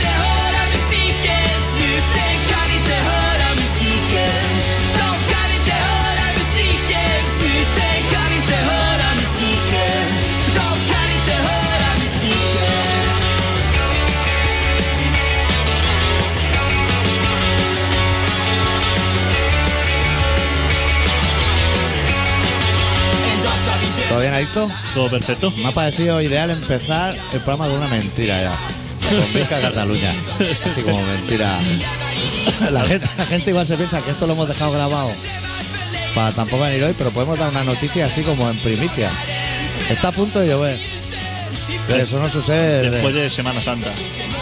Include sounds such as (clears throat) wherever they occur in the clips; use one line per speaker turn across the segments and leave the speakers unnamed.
inte höra musiken, snuten kan inte höra musiken De kan inte höra musiken, snuten kan inte höra musiken De kan inte höra musiken En dag ska vi dö
¿Todo bien, Adicto?
Todo perfecto.
Me ha parecido ideal empezar el programa con una mentira ya. Con Visca Cataluña. Así como mentira. La gente, la gente igual se piensa que esto lo hemos dejado grabado para tampoco venir hoy, pero podemos dar una noticia así como en primicia. Está a punto de llover. Pero eso no sucede desde,
Después de Semana Santa.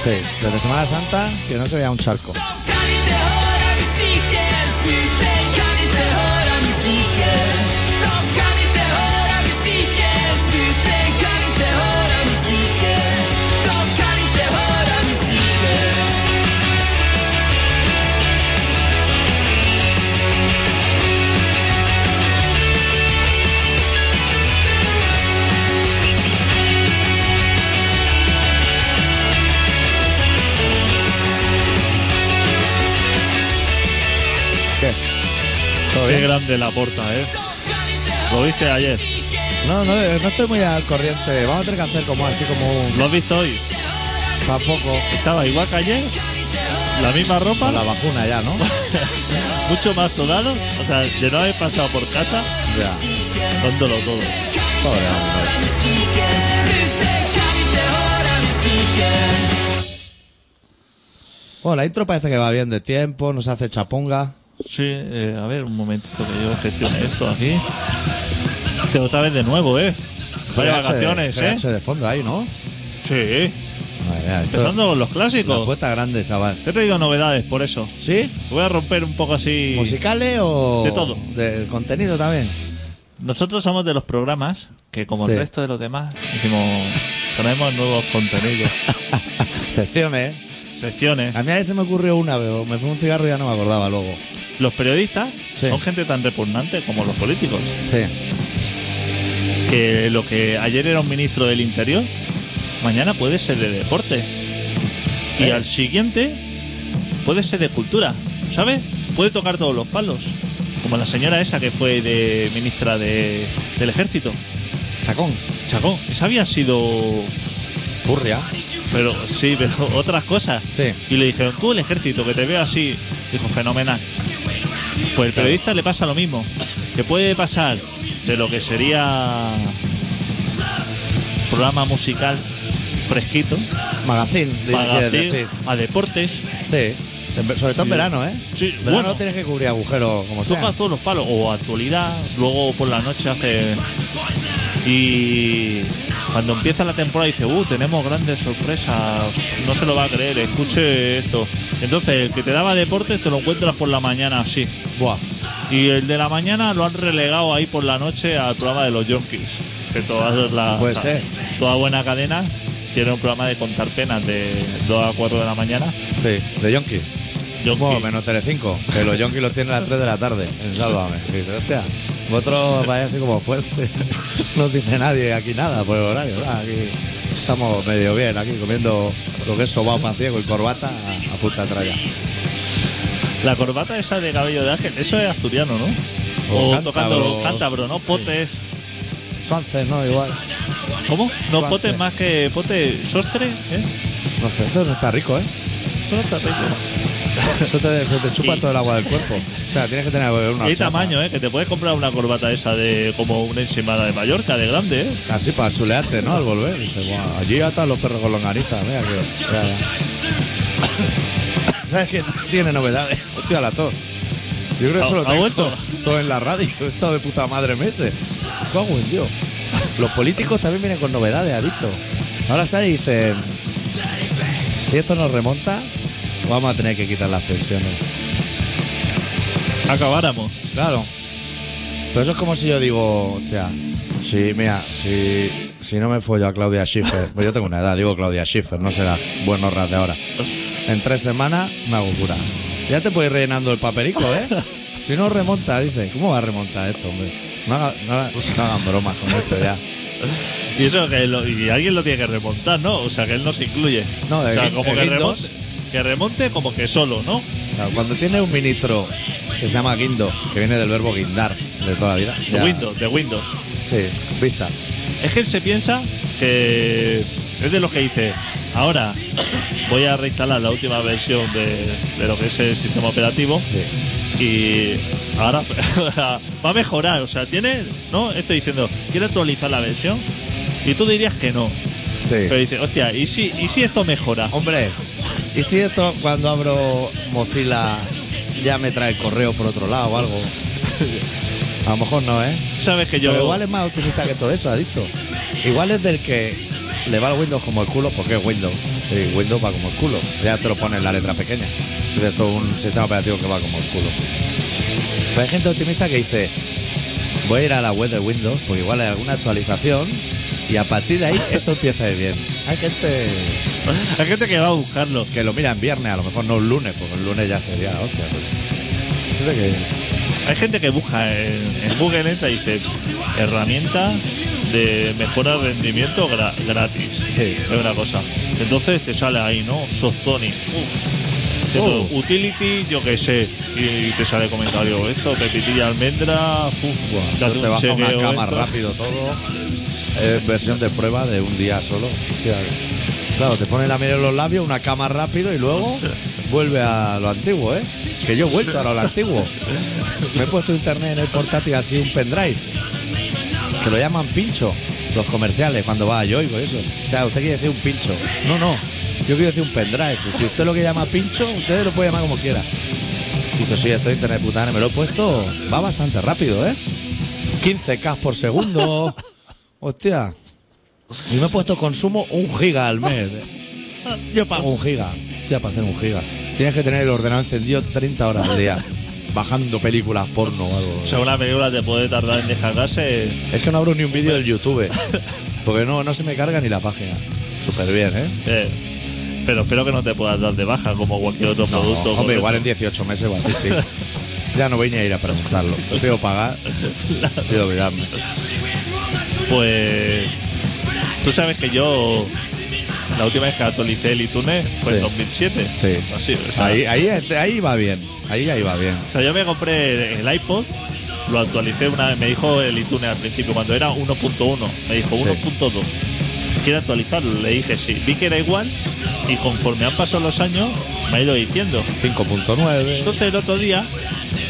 sí, desde Semana Santa que no se vea un charco.
Kan inte höra musiken, snuten kan inte höra musiken De kan inte höra musiken, snuten kan inte höra musiken De kan inte höra musiken
¿Qué? ¿Todo
Qué
bien?
grande la porta, ¿eh? ¿Lo viste ayer?
No, no, no estoy muy al corriente. Vamos a tener que hacer como así como un (laughs)
¿Lo has visto hoy?
tampoco
Estaba igual que ayer. La misma ropa,
con la vacuna ya, ¿no?
mucho más sudado. O sea, de no haber pasado por casa,
Ya.
dándolo todo.
Pobre hombre.
musiken Snuten kan inte höra musiken
Bueno, la intro parece que va bien de tiempo, nos hace chapunga.
Sí, eh, a ver, un momentito que yo gestione esto aquí. Te otra vez de nuevo, ¿eh? Vaya
VH de-
vacaciones, ¿eh?
VH de fondo ahí, ¿no?
Sí.
Madre mía, esto-
Empezando con los
Una
clásicos.
puerta grande, chaval.
Te he traído novedades por eso.
¿Sí?
Voy a romper un poco así.
¿Musicales o...?
De todo.
¿Del contenido también?
Nosotros somos de los programas que, como
Sí.
el resto de los demás, decimos, traemos nuevos
(laughs)
contenidos,
Secciones.
secciones.
A mí ayer se me ocurrió una, pero me fue un cigarro y ya no me acordaba luego.
Los periodistas
Sí.
son gente tan repugnante como los políticos.
Sí.
Que lo que ayer era un ministro del Interior, mañana puede ser de deporte. Y
Sí.
al siguiente puede ser de cultura, ¿sabes? Puede tocar todos los palos. Como la señora esa que fue de ministra de- del ejército.
Chacón.
Chacón, esa había sido
Furria.
Pero sí, pero (laughs) otras cosas.
Sí.
Y le dijeron, tú el ejército, que te veo así. Dijo, fenomenal. Pues el periodista le pasa lo mismo. Que puede pasar de lo que sería programa musical fresquito,
Magazine, di- quieres
magazine,
decir.
a deportes.
Sí. En ver- Sobre todo en
Sí.
verano, ¿eh?
Sí,
verano
bueno.
tienes que cubrir agujeros como sea.
Tocas todos los palos. O actualidad, luego por la noche hace. Y cuando empieza la temporada dice, uh, tenemos grandes sorpresas, no se lo va a creer, escuche esto. Entonces, el que te daba deportes te lo encuentras por la mañana así.
Buah.
Y el de la mañana lo han relegado ahí por la noche al programa de los Yonkis. Que todas las-
Puede
la-
ser.
toda buena cadena tiene un programa de contar penas de 2 a 4 de la mañana.
Sí, de Yonki.
Yonkis.
Bueno, menos Telecinco, que los Yonkis los tienen a las 3 de la tarde en Sálvame. Y dices, hostia, vosotros vais así como fuerte. (laughs) No os dice nadie aquí nada por el horario. ¿verdad? Aquí estamos medio bien, aquí comiendo lo que es sobao para ciego y corbata a, a puta traya.
La corbata esa de cabello de ángel, eso es asturiano, ¿no?
O
O,
cántabro.
tocando cántabro, ¿no? Potes.
Suances, ¿no? Igual.
¿Cómo? No,
Suance.
potes más que potes. Sostre, ¿eh?
No sé, eso no está rico, ¿eh?
Eso no está rico.
Eso te, se te chupa
Y-
todo el agua del cuerpo. O sea, tienes que tener una
Y hay
chapa.
tamaño, ¿eh? Que te puedes comprar una corbata esa de como una encimada de Mallorca, de grande, ¿eh?
Así para chulearte, ¿no? Al volver. Dices, "Buah, allí atan los perros con longaniza. Mira que. ya, ya". (laughs) ¿Sabes qué? Tiene novedades. Hostia, la tos. Yo creo
¿Ha-
que solo
ha
tengo
vuelto?
todo, todo en la radio. (laughs) He estado de puta madre meses. ¿Cómo en Dios? Los políticos también vienen con novedades, adicto. Ahora sale y dicen. Si esto nos remonta, vamos a tener que quitar las pensiones.
Acabáramos.
Claro. Pero eso es como si yo digo, hostia, si, mira, si si no me follo a Claudia Schiffer, pues yo tengo una edad, digo Claudia Schiffer, no será buenos ras de ahora. En tres semanas me hago cura. Ya te puedes ir rellenando el papelico, ¿eh? Si no remonta, dice, ¿cómo va a remontar esto, hombre? No, haga- no haga- no hagan bromas con esto ya.
Y eso que lo- y alguien lo tiene que remontar, ¿no? O sea, que él no se incluye.
No,
o
el
sea,
Gui-
como
el
que remonte,
Guindos.
que remonte como que solo, ¿no?
Claro, cuando tiene un ministro que se llama Guindo, que viene del verbo guindar de toda la vida.
De
ya-
Windows, de Windows.
Sí, vista.
Es que él se piensa que es de los que dice, ahora voy a reinstalar la última versión de, de lo que es el sistema operativo
Sí.
y ahora (laughs) va a mejorar. O sea, tiene, ¿no? Estoy diciendo, ¿quiere actualizar la versión? Y tú dirías que no.
Sí.
Pero dice, hostia, ¿y si, ¿y si esto mejora? (laughs)
Hombre, ¿y si esto cuando abro Mozilla ya me trae correo por otro lado o algo? A lo mejor no, ¿eh?
Sabes que yo...
Pero igual es más optimista que todo eso, adicto. Igual es del que le va al Windows como el culo, porque es Windows. Y Windows va como el culo. Ya te lo pone en la letra pequeña. Es de todo un sistema operativo que va como el culo. Pero hay gente optimista que dice, voy a ir a la web de Windows, porque igual hay alguna actualización, y a partir de ahí esto empieza a ir bien. Hay gente...
(laughs) Hay gente que va a buscarlo.
Que lo mira en viernes, a lo mejor no el lunes, porque el lunes ya sería la hostia. pues. Fíjate que-
Hay gente que busca en, en Google esta y dice herramienta de mejora de rendimiento gra- gratis.
Sí.
Es una cosa. Entonces te sale ahí, ¿no? Softonic. Uf. De
Oh.
todo. Utility, yo qué sé. Y, y te sale comentario esto, pepitilla almendra, uf,
Buah,
date
te
un
baja una
chequeo
cama
esto.
rápido todo. Eh, versión de prueba de un día solo. Hostia, Claro, te pone la miel en los labios, una cama rápido y luego vuelve a lo antiguo, ¿eh? Que yo he vuelto ahora a lo antiguo. Me he puesto internet en el portátil así un pendrive. Que lo llaman pincho. Los comerciales, cuando va a Yoigo y eso. O sea, usted quiere decir un pincho. No, no. Yo quiero decir un pendrive. Si usted lo que llama pincho, usted lo puede llamar como quiera. Dice, sí, estoy internet putana, me lo he puesto. Va bastante rápido, ¿eh? 15K por (laughs) segundo. Hostia. Y me he puesto consumo un giga al mes. (laughs) Yo pago un giga. Hostia, para hacer un giga. Tienes que tener el ordenador encendido 30 horas al (laughs) día. Bajando películas porno o algo.
O sea, una película te puede tardar en descargarse.
Es que no abro ni un vídeo del YouTube. Porque no, no se me carga ni la página. Súper bien, ¿eh?
eh, pero espero que no te puedas dar de baja como cualquier otro
No,
producto.
hombre,
porque
igual en 18 meses o así, sí. (laughs) Ya no voy ni a ir a preguntarlo. Prefiero pagar y olvidarme.
Pues tú sabes que yo la última vez que actualicé el iTunes fue en
Sí.
2007.
Sí.
Así, o sea,
Ahí, ahí, ahí va bien. Ahí, ahí va bien.
o sea, yo me compré el iPod, lo actualicé una vez, me dijo el iTunes al principio, cuando era 1.1, me dijo
Sí.
1.2. Quiero actualizarlo, le dije sí. Vi que era igual y conforme han pasado los años me ha ido diciendo.
5.9.
Entonces el otro día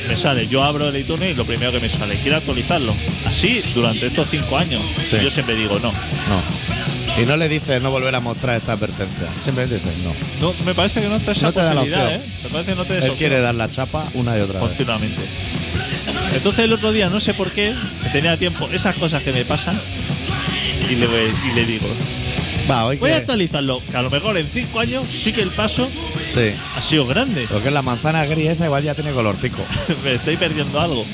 me sale, yo abro el iTunes y lo primero que me sale, quiero actualizarlo. Así durante estos cinco años.
Sí.
Yo siempre digo no.
No. Y no le dices no volver a mostrar esta advertencia. Simplemente dices no.
No, me parece que no está esa
No te da la
posibilidad,
opción.
¿eh? Me parece que no te da esa
Él
opción
quiere dar la chapa una y otra vez.
continuamente. Entonces el otro día, no sé por qué, que tenía tiempo, esas cosas que me pasan, y le, y le digo,
Va, hoy
voy a
que...
actualizarlo, que a lo mejor en cinco años sí que el paso
Sí.
ha
(laughs)
sido grande.
Lo que es la manzana gris esa igual ya tiene color pico.
me estoy perdiendo algo.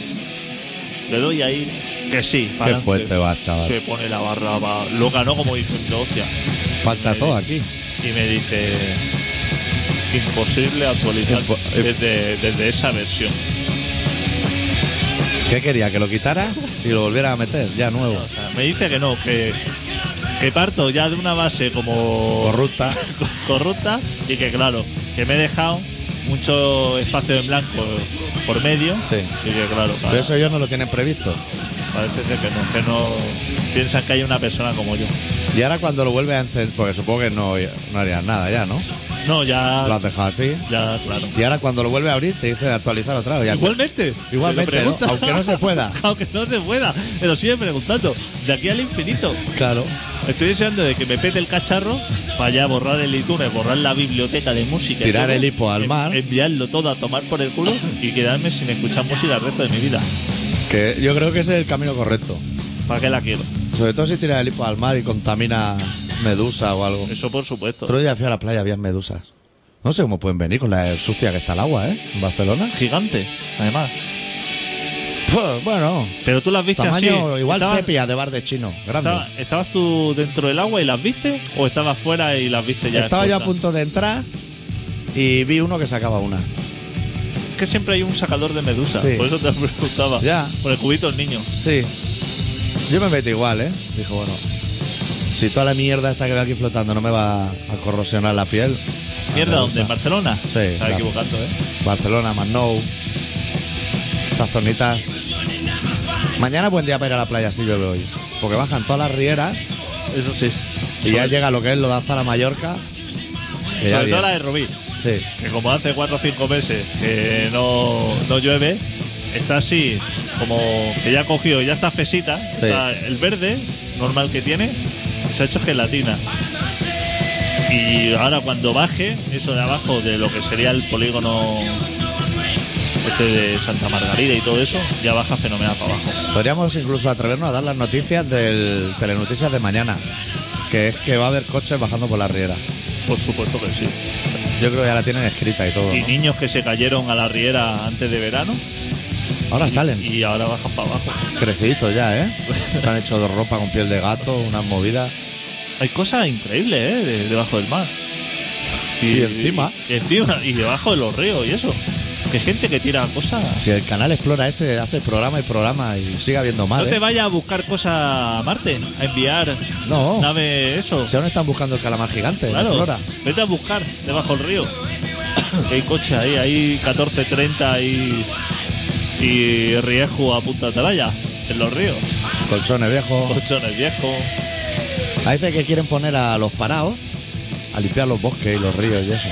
Le doy ahí que sí.
Qué
pa'lante.
fuerte vas, chaval.
Se pone la barra va, loca, ¿no? Como diciendo, hostia.
Falta todo aquí.
Y me dice, imposible actualizar
Impo-
desde, desde esa versión.
¿Qué quería? ¿Que lo quitara y lo volviera a meter? Ya nuevo.
O sea, me dice que no, que, que parto ya de una base como
Corrupta.
corrupta y que claro, que me he dejado mucho espacio en blanco por medio
Sí.
y que claro, para-
Pero eso ellos no lo tienen previsto.
parece ser que no, que no piensan que hay una persona como yo.
Y ahora cuando lo vuelves a encender, porque supongo que no, no harías nada ya, ¿no?
No, ya,
Lo has dejado así.
ya claro.
Y ahora cuando lo vuelves a abrir te dice de actualizar otra vez. Ya-
Igualmente,
Igualmente,
me lo
¿no?
pregunta.
Aunque no se pueda.
(laughs) aunque no se pueda, pero sigue preguntando, de aquí al infinito.
Claro.
Estoy deseando de que me pete el cacharro para ya borrar el iTunes, borrar la biblioteca de música. y
Tirar
todo,
el hipo al
en-
mar.
Enviarlo todo a tomar por el culo y quedarme sin escuchar música el resto de mi vida.
Que yo creo que ese es el camino correcto.
¿Para qué la quiero?
Sobre todo si tiras el hipo al mar y contamina medusa o algo.
Eso por supuesto.
Otro día fui a la playa, había medusas. No sé cómo pueden venir con la sucia que está el agua, ¿eh? En Barcelona.
Gigante, además.
Pues, bueno,
Pero tú las viste
tamaño
así.
igual
Estaban-
sepia de bar de chino, grande.
estaba- ¿Estabas tú dentro del agua y las viste? ¿O estabas fuera y las viste ya?
Estaba yo a
expuestas?
punto de entrar y vi uno que sacaba una.
Que siempre hay un sacador de medusa.
Sí.
Por eso te (laughs) preguntaba.
Ya.
Por el cubito del niño.
Sí. Yo me metí igual, ¿eh? Dijo, bueno, si toda la mierda esta que veo aquí flotando no me va a corrosionar la piel.
Mierda,
me
¿dónde? ¿En
gusta.
Barcelona?
Sí,
Estaba
claro.
equivocando, ¿eh?
Barcelona, Manou. Esas zonitas. Mañana buen día para ir a la playa si llueve hoy. Porque bajan todas las rieras
Eso sí.
y ya llega lo que es lo de la Mallorca. que ya
Sobre todo
bien.
la de Rubí.
Sí.
que como hace 4 o 5 meses que no, no llueve, está así, como que ya cogió, ya está espesita,
Sí.
está el verde normal que tiene, se ha hecho gelatina. Y ahora cuando baje, eso de abajo de lo que sería el polígono este de Santa Margarida y todo eso, ya baja fenomenal para abajo.
Podríamos incluso atrevernos a dar las noticias del Telenoticias de mañana. Que es que va a haber coches bajando por la riera.
Por supuesto que sí.
Yo creo que ya la tienen escrita y todo.
Y
¿no?
niños que se cayeron a la riera antes de verano
Ahora salen.
y ahora bajan para abajo.
Creciditos ya, ¿eh? Se han hecho ropa con piel de gato, unas movidas.
Hay cosas increíbles, ¿eh? de- debajo del mar.
Y encima.
Y, encima, y debajo de los ríos y eso. Que gente que tira cosas.
Si el canal Explora ese hace programa y programa y sigue habiendo
No
mal,
te
¿eh?
vayas a buscar cosas a Marte, a enviar
No.
nave eso.
Si aún están buscando el calamar gigante, en
claro.
Explora.
Vete a buscar debajo del
(coughs)
río. Que hay coches ahí, hay 1430 y, y Riejo a punta atalaya en los ríos.
Colchones viejos.
Colchones viejos.
A veces que quieren poner a los parados a limpiar los bosques y los ríos y eso.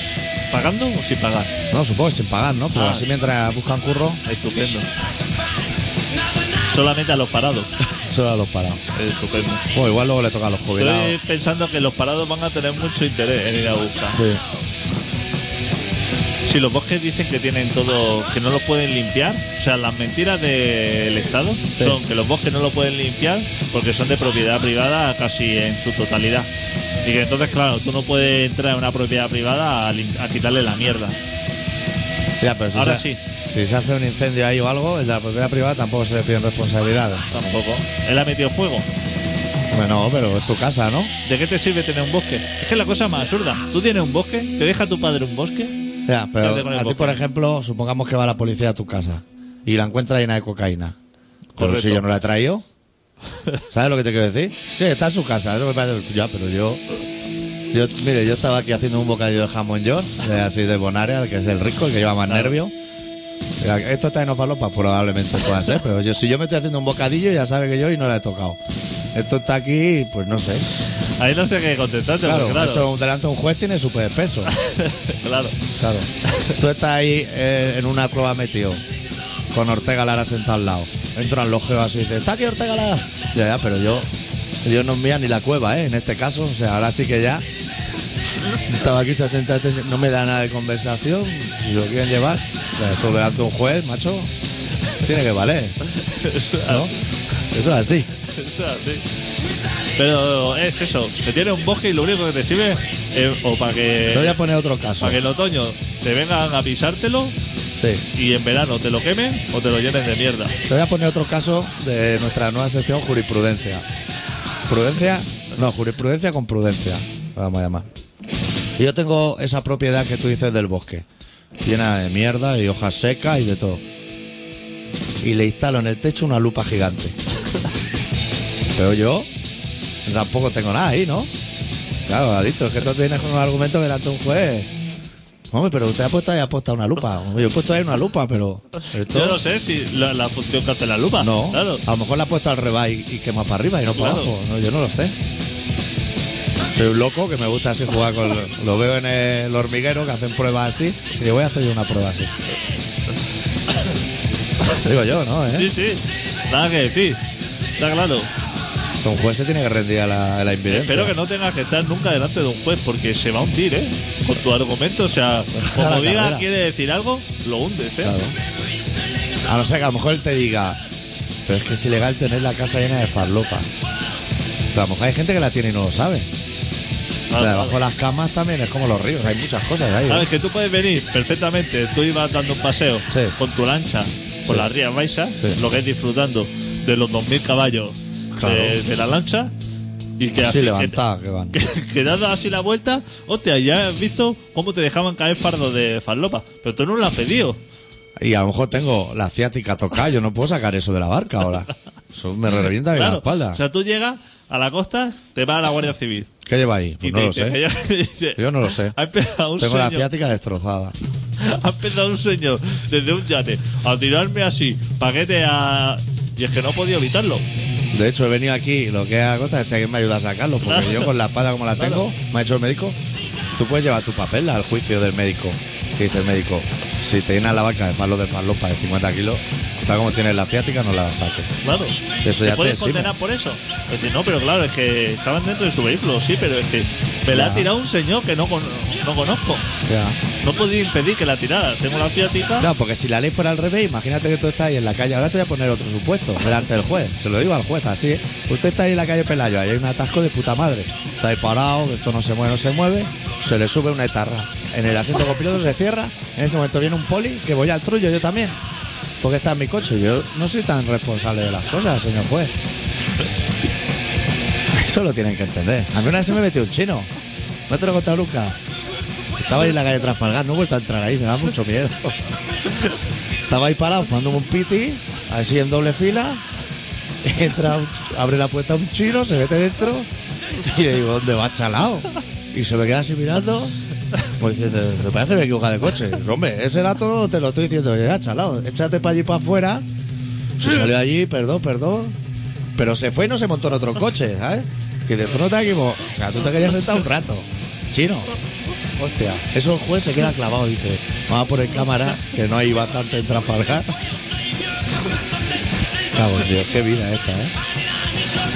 ¿Pagando o sin pagar?
No, supongo que sin pagar, ¿no? Pero
Ah.
así mientras buscan curro, (laughs)
Estupendo. Solamente a los parados.
solo a los parados.
Estupendo.
Bueno, igual luego le toca a los
Estoy
jubilados.
pensando que los parados van a tener mucho interés en ir a buscar.
Sí.
Si los bosques dicen que tienen todo, que no lo pueden limpiar, o sea, las mentiras del Estado son que los bosques no lo pueden limpiar porque son de propiedad privada casi en su totalidad. Y que entonces, claro, tú no puedes entrar en una propiedad privada a, lim- a quitarle la mierda.
Ya, pero si
Ahora
se,
sí.
Si se hace un incendio ahí o algo, el de la propiedad privada tampoco se le piden responsabilidades.
Tampoco. Él ha metido fuego.
Bueno, pero es tu casa, ¿no?
¿De qué te sirve tener un bosque? Es que es la cosa más absurda. Tú tienes un bosque, te deja tu padre un bosque.
Ya,
Quédate con
pero
el
a ti,
bosque.
por ejemplo, supongamos que va la policía a tu casa y la encuentra llena de cocaína. Pero
Correcto.
si yo no la he traído, ¿sabes lo que te quiero decir? Sí, está en su casa. eso me parece- Ya, pero yo, yo. Mire, yo estaba aquí haciendo un bocadillo de jamón york, de- así de Bonaria, que es el rico, el que lleva más
Claro.
nervio. Mira, Esto está en ofalopa, probablemente pueda ser, pero yo, si yo me estoy haciendo un bocadillo, ya sabe que yo y no la he tocado. Esto está aquí, pues no sé.
Ahí no sé qué contestarte,
Claro,
porque, claro.
eso delante de un juez tiene súper peso.
claro.
Claro. Tú estás ahí eh, en una cueva metido, con Ortega Lara sentado al lado. Entran los geos y dicen, ¿está aquí Ortega Lara? Ya, ya, pero yo, yo no mía ni la cueva, ¿eh? En este caso, o sea, ahora sí que ya. Estaba aquí, se ha sentado, este señor, no me da nada de conversación, si lo quieren llevar, o sea, eso delante de un juez, macho, tiene que valer,
(laughs) Eso es
¿no? Eso es así.
Eso, sí. Pero es eso, que tiene un bosque y lo único que te sirve eh, o para
Te voy
que,
a poner otro caso.
para que en otoño te vengan a pisártelo
Sí.
y en verano te lo quemen o te lo llenes de mierda.
Te voy a poner otro caso de nuestra nueva sección jurisprudencia. Prudencia, no, jurisprudencia con prudencia. la Vamos a llamar. Y Yo tengo esa propiedad que tú dices del bosque, llena de mierda y hojas secas y de todo. Y le instalo en el techo una lupa gigante. Pero yo tampoco tengo nada ahí, ¿no? Claro, adicto, es que tú vienes con un argumento delante de un juez. Hombre, pero usted ha puesto ahí, ha puesto una lupa. Hombre, yo he puesto ahí una lupa, pero. esto-
Yo no sé si la, la función que hace la lupa.
no,
(laughs)
¿Eh?
Claro.
a lo mejor la ha puesto al revés y, y quema para arriba y no para
Claro.
abajo. No, yo no lo sé. Soy un loco que me gusta así jugar con. Lo veo en el hormiguero que hacen pruebas así. Y yo voy a hacer yo una prueba así. Digo yo, ¿no? ¿Eh?
Sí, sí. Nada que decir. Está claro.
Que Un juez se tiene que rendir a la, a la invidencia.
Espero que no tengas que estar nunca delante de un juez porque se va a hundir, ¿eh? Con tu argumento. O sea, como
Pues La
diga
carrera.
quiere decir algo, lo hundes, ¿eh?
Claro. A no ser que a lo mejor él te diga. Pero es que es ilegal tener la casa llena de farlopa. Pero a lo mejor hay gente que la tiene y no lo sabe.
Claro,
o sea,
claro.
debajo de las camas también es como los ríos. Hay muchas cosas ahí. ¿eh?
Sabes que tú puedes venir perfectamente, tú ibas dando un paseo
Sí.
con tu lancha por
Sí.
las Rías Baixas,
Sí.
lo que es disfrutando de los 2.000 caballos
Claro.
de, de la lancha. Y que
Así
así-
levantada que van.
(laughs) que, que dando así la vuelta, hostia, ya has visto cómo te dejaban caer fardo de farlopa. Pero tú no lo has pedido.
Y a lo mejor tengo la ciática tocada, yo no puedo sacar eso de la barca
(laughs)
ahora. Eso me revienta bien la
Claro.
espalda.
O sea, tú llegas a la costa, te vas a la Guardia Civil.
¿Qué lleva ahí? Pues
y
no
te
lo
dice,
sé.
que ya- (laughs) dice,
Yo no lo sé.
Ha empezado un
Tengo la
señor,
ciática destrozada.
(laughs) ha empezado un señor desde un yate a tirarme así, paquete a. Y es que no he podido evitarlo.
De hecho, he venido aquí, lo que hago es si alguien me ayuda a sacarlo, porque
Claro.
yo con la espada como la tengo,
Claro.
me ha hecho el médico, tú puedes llevar tu papel al juicio del médico. Que dice el médico, si te llenas la barca de farlo de farlopa de 50 kilos, tal como tienes la ciática, no la saques.
Claro.
Eso
¿Te
ya te
pueden
exime.
condenar por eso? Dice, no, pero claro, es que estaban dentro de su vehículo, sí, pero es que me la
Ya.
ha tirado un señor que no, con- no conozco.
Ya.
No podía impedir que la tirara. Tengo la ciática.
Claro, porque si la ley fuera al revés, imagínate que tú estás ahí en la calle. Ahora te voy a poner otro supuesto delante del juez. Se lo digo al juez, así. ¿eh? Usted está ahí en la calle Pelayo, ahí hay un atasco de puta madre. Está ahí parado, esto no se mueve, no se mueve. Se le sube una etarra. En el asiento copiloto se cierra. En ese momento viene un poli que voy al trullo yo también. Porque está en mi coche. Yo no soy tan responsable de las cosas, señor juez. Eso lo tienen que entender. A mí una vez se me metió un chino. No te lo he contado nunca. Estaba ahí en la calle Trafalgar, no he vuelto a entrar ahí, me da mucho miedo. Estaba ahí parado fumándome un piti, así en doble fila. (laughs) Entra, un- abre la puerta un chino, se mete dentro y le digo, ¿dónde va chalao? Y se me queda así mirando, como diciendo, me parece que me he equivocado de coche. Hombre, ese dato te lo estoy diciendo, ya chalao, échate para allí para afuera. Se salió allí, perdón, perdón. Pero se fue y no se montó en otro coche, ¿sabes? Que de tú no te equivo- O sea, tú te querías sentar un rato. Chino. Hostia. Eso el juez se queda clavado, dice. Vamos a poner cámara, que no hay bastante en Trafalgar. Cago en Dios, qué vida esta, ¿eh?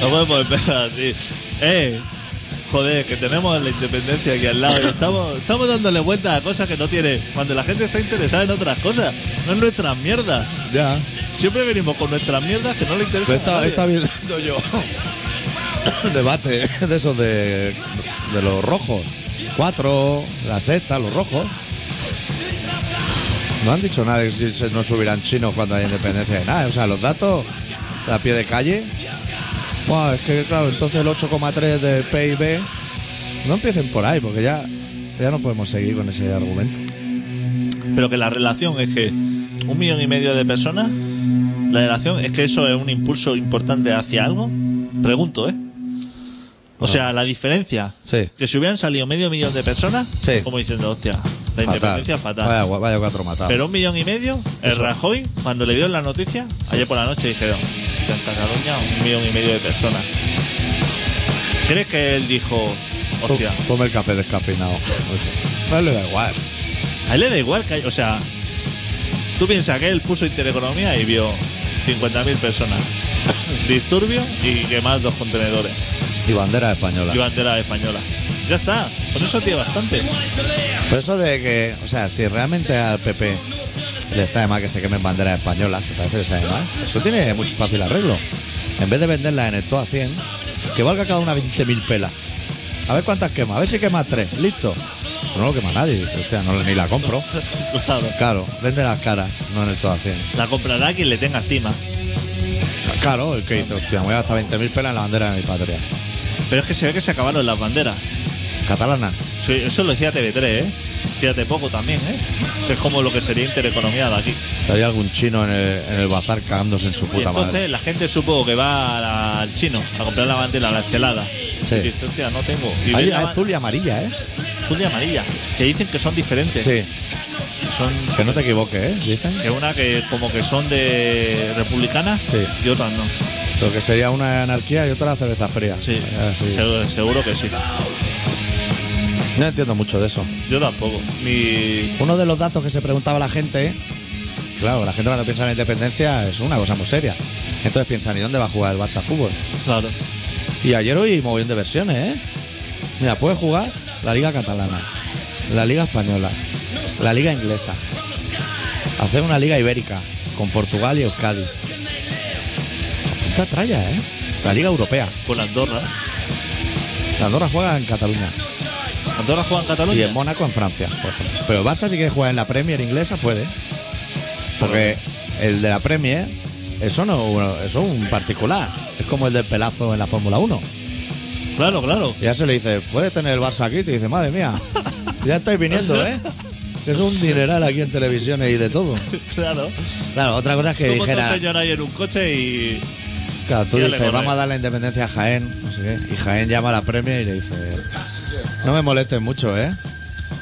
No podemos esperar así. Eh, joder, que tenemos la independencia aquí al lado y estamos, estamos dándole vueltas a cosas que no tiene. Cuando la gente está interesada en otras cosas, no en nuestras mierdas.
Ya.
Siempre venimos con nuestras mierdas que no le
Lo
interesan. a
está,
nadie.
está viendo yo un debate de esos de, de los rojos. Cuatro, la sexta, los rojos. No han dicho nada de que si se- no subirán chinos cuando haya independencia de nada. O sea, los datos a pie de calle. Buah, es que claro, entonces el 8,3 del PIB. No empiecen por ahí, porque ya, ya no podemos seguir con ese argumento.
(laughs) Pero que la relación es que un millón y medio de personas, la relación es que eso es un impulso importante hacia algo. Pregunto, ¿eh? O sea, la diferencia.
Ah. Sí.
Que si hubieran salido medio millón de personas,
Sí.
como diciendo, hostia, la independencia es fatal.
Vaya, gua- vaya cuatro matados.
Pero un millón y medio, el
Eso.
Rajoy, cuando le dio la noticia, ayer por la noche dijeron, "Ya en Cataluña un millón y medio de personas. ¿Crees que él dijo, hostia?
Come el café descafeinado. No le da igual.
A él le da igual que hay- o sea, tú piensas que él puso Intereconomía y vio 50.000 personas. (laughs) Disturbio y quemar dos contenedores
Y bandera española.
y bandera española. Ya está, con eso tiene bastante. (laughs)
Pero eso de que, o sea, si realmente al PP le sabe más que se quemen banderas españolas, que parece que sabe más, eso tiene mucho fácil arreglo. En vez de venderlas en el todo a 100, que valga cada una 20.000 pelas. A ver cuántas quema, a ver si quema tres, listo. Pero no lo quema nadie, dice, hostia, no, ni la compro.
Claro.
Claro, vende las caras, no en el todo a 100.
La comprará quien le tenga estima.
Claro, el que dice, hostia, me voy a gastar 20.000 pelas en la bandera de mi patria.
Pero es que se ve que se acabaron las banderas.
Catalana.
Sí, eso lo decía TV3, ¿eh? Fíjate poco también, ¿eh? Es como lo que sería Intereconomía de aquí.
Estaría algún chino en el, en el bazar cagándose en su
Y
puta
entonces
madre.
la gente supo que va a la- al chino a comprar la bandera, la estelada.
Sí.
Y dice, hostia, no tengo. Y
Hay
ven la
azul y amarilla, ¿eh?
ba- azul y amarilla. Que dicen que son diferentes.
Sí,
Son,
que no te equivoques, ¿eh? Dicen.
que una que como que son de republicanas
Sí.
y otras no.
Lo que sería una anarquía y otra la cerveza fría.
Sí,
Ah, sí.
Seguro, seguro que sí.
No entiendo mucho de eso.
Yo tampoco. Ni...
Uno de los datos que se preguntaba la gente, claro, la gente cuando piensa en la independencia es una cosa muy seria. Entonces piensan, ¿y dónde va a jugar el Barça a fútbol?
Claro.
Y ayer hoy mogollón de versiones, ¿eh? Mira, puede jugar la Liga Catalana, la Liga Española, la Liga Inglesa, hacer una Liga Ibérica con Portugal y Euskadi. Puta tralla, ¿eh? La Liga Europea.
Con Andorra.
La Andorra juega en Cataluña.
Andorra juega en Cataluña.
Y en Mónaco, en Francia, por ejemplo. Pero el Barça, si quiere jugar en la Premier inglesa, puede. Porque el de la Premier, eso no eso es un particular. Es como el del pelazo en la Fórmula 1.
Claro, claro. (laughs)
Ya se le dice, puedes tener el Barça aquí. Te dice, madre mía, (laughs) ya estáis viniendo, ¿eh? Que es un dineral aquí en televisiones y de todo.
Claro.
Claro, otra cosa es que
Tú montas
dijera.
un señor ahí en un coche y.
Claro, tú
Ya le
dices,
corre.
vamos a dar la independencia a Jaén, no sé qué, y Jaén llama a la premia y le dice, no me molestes mucho, ¿eh?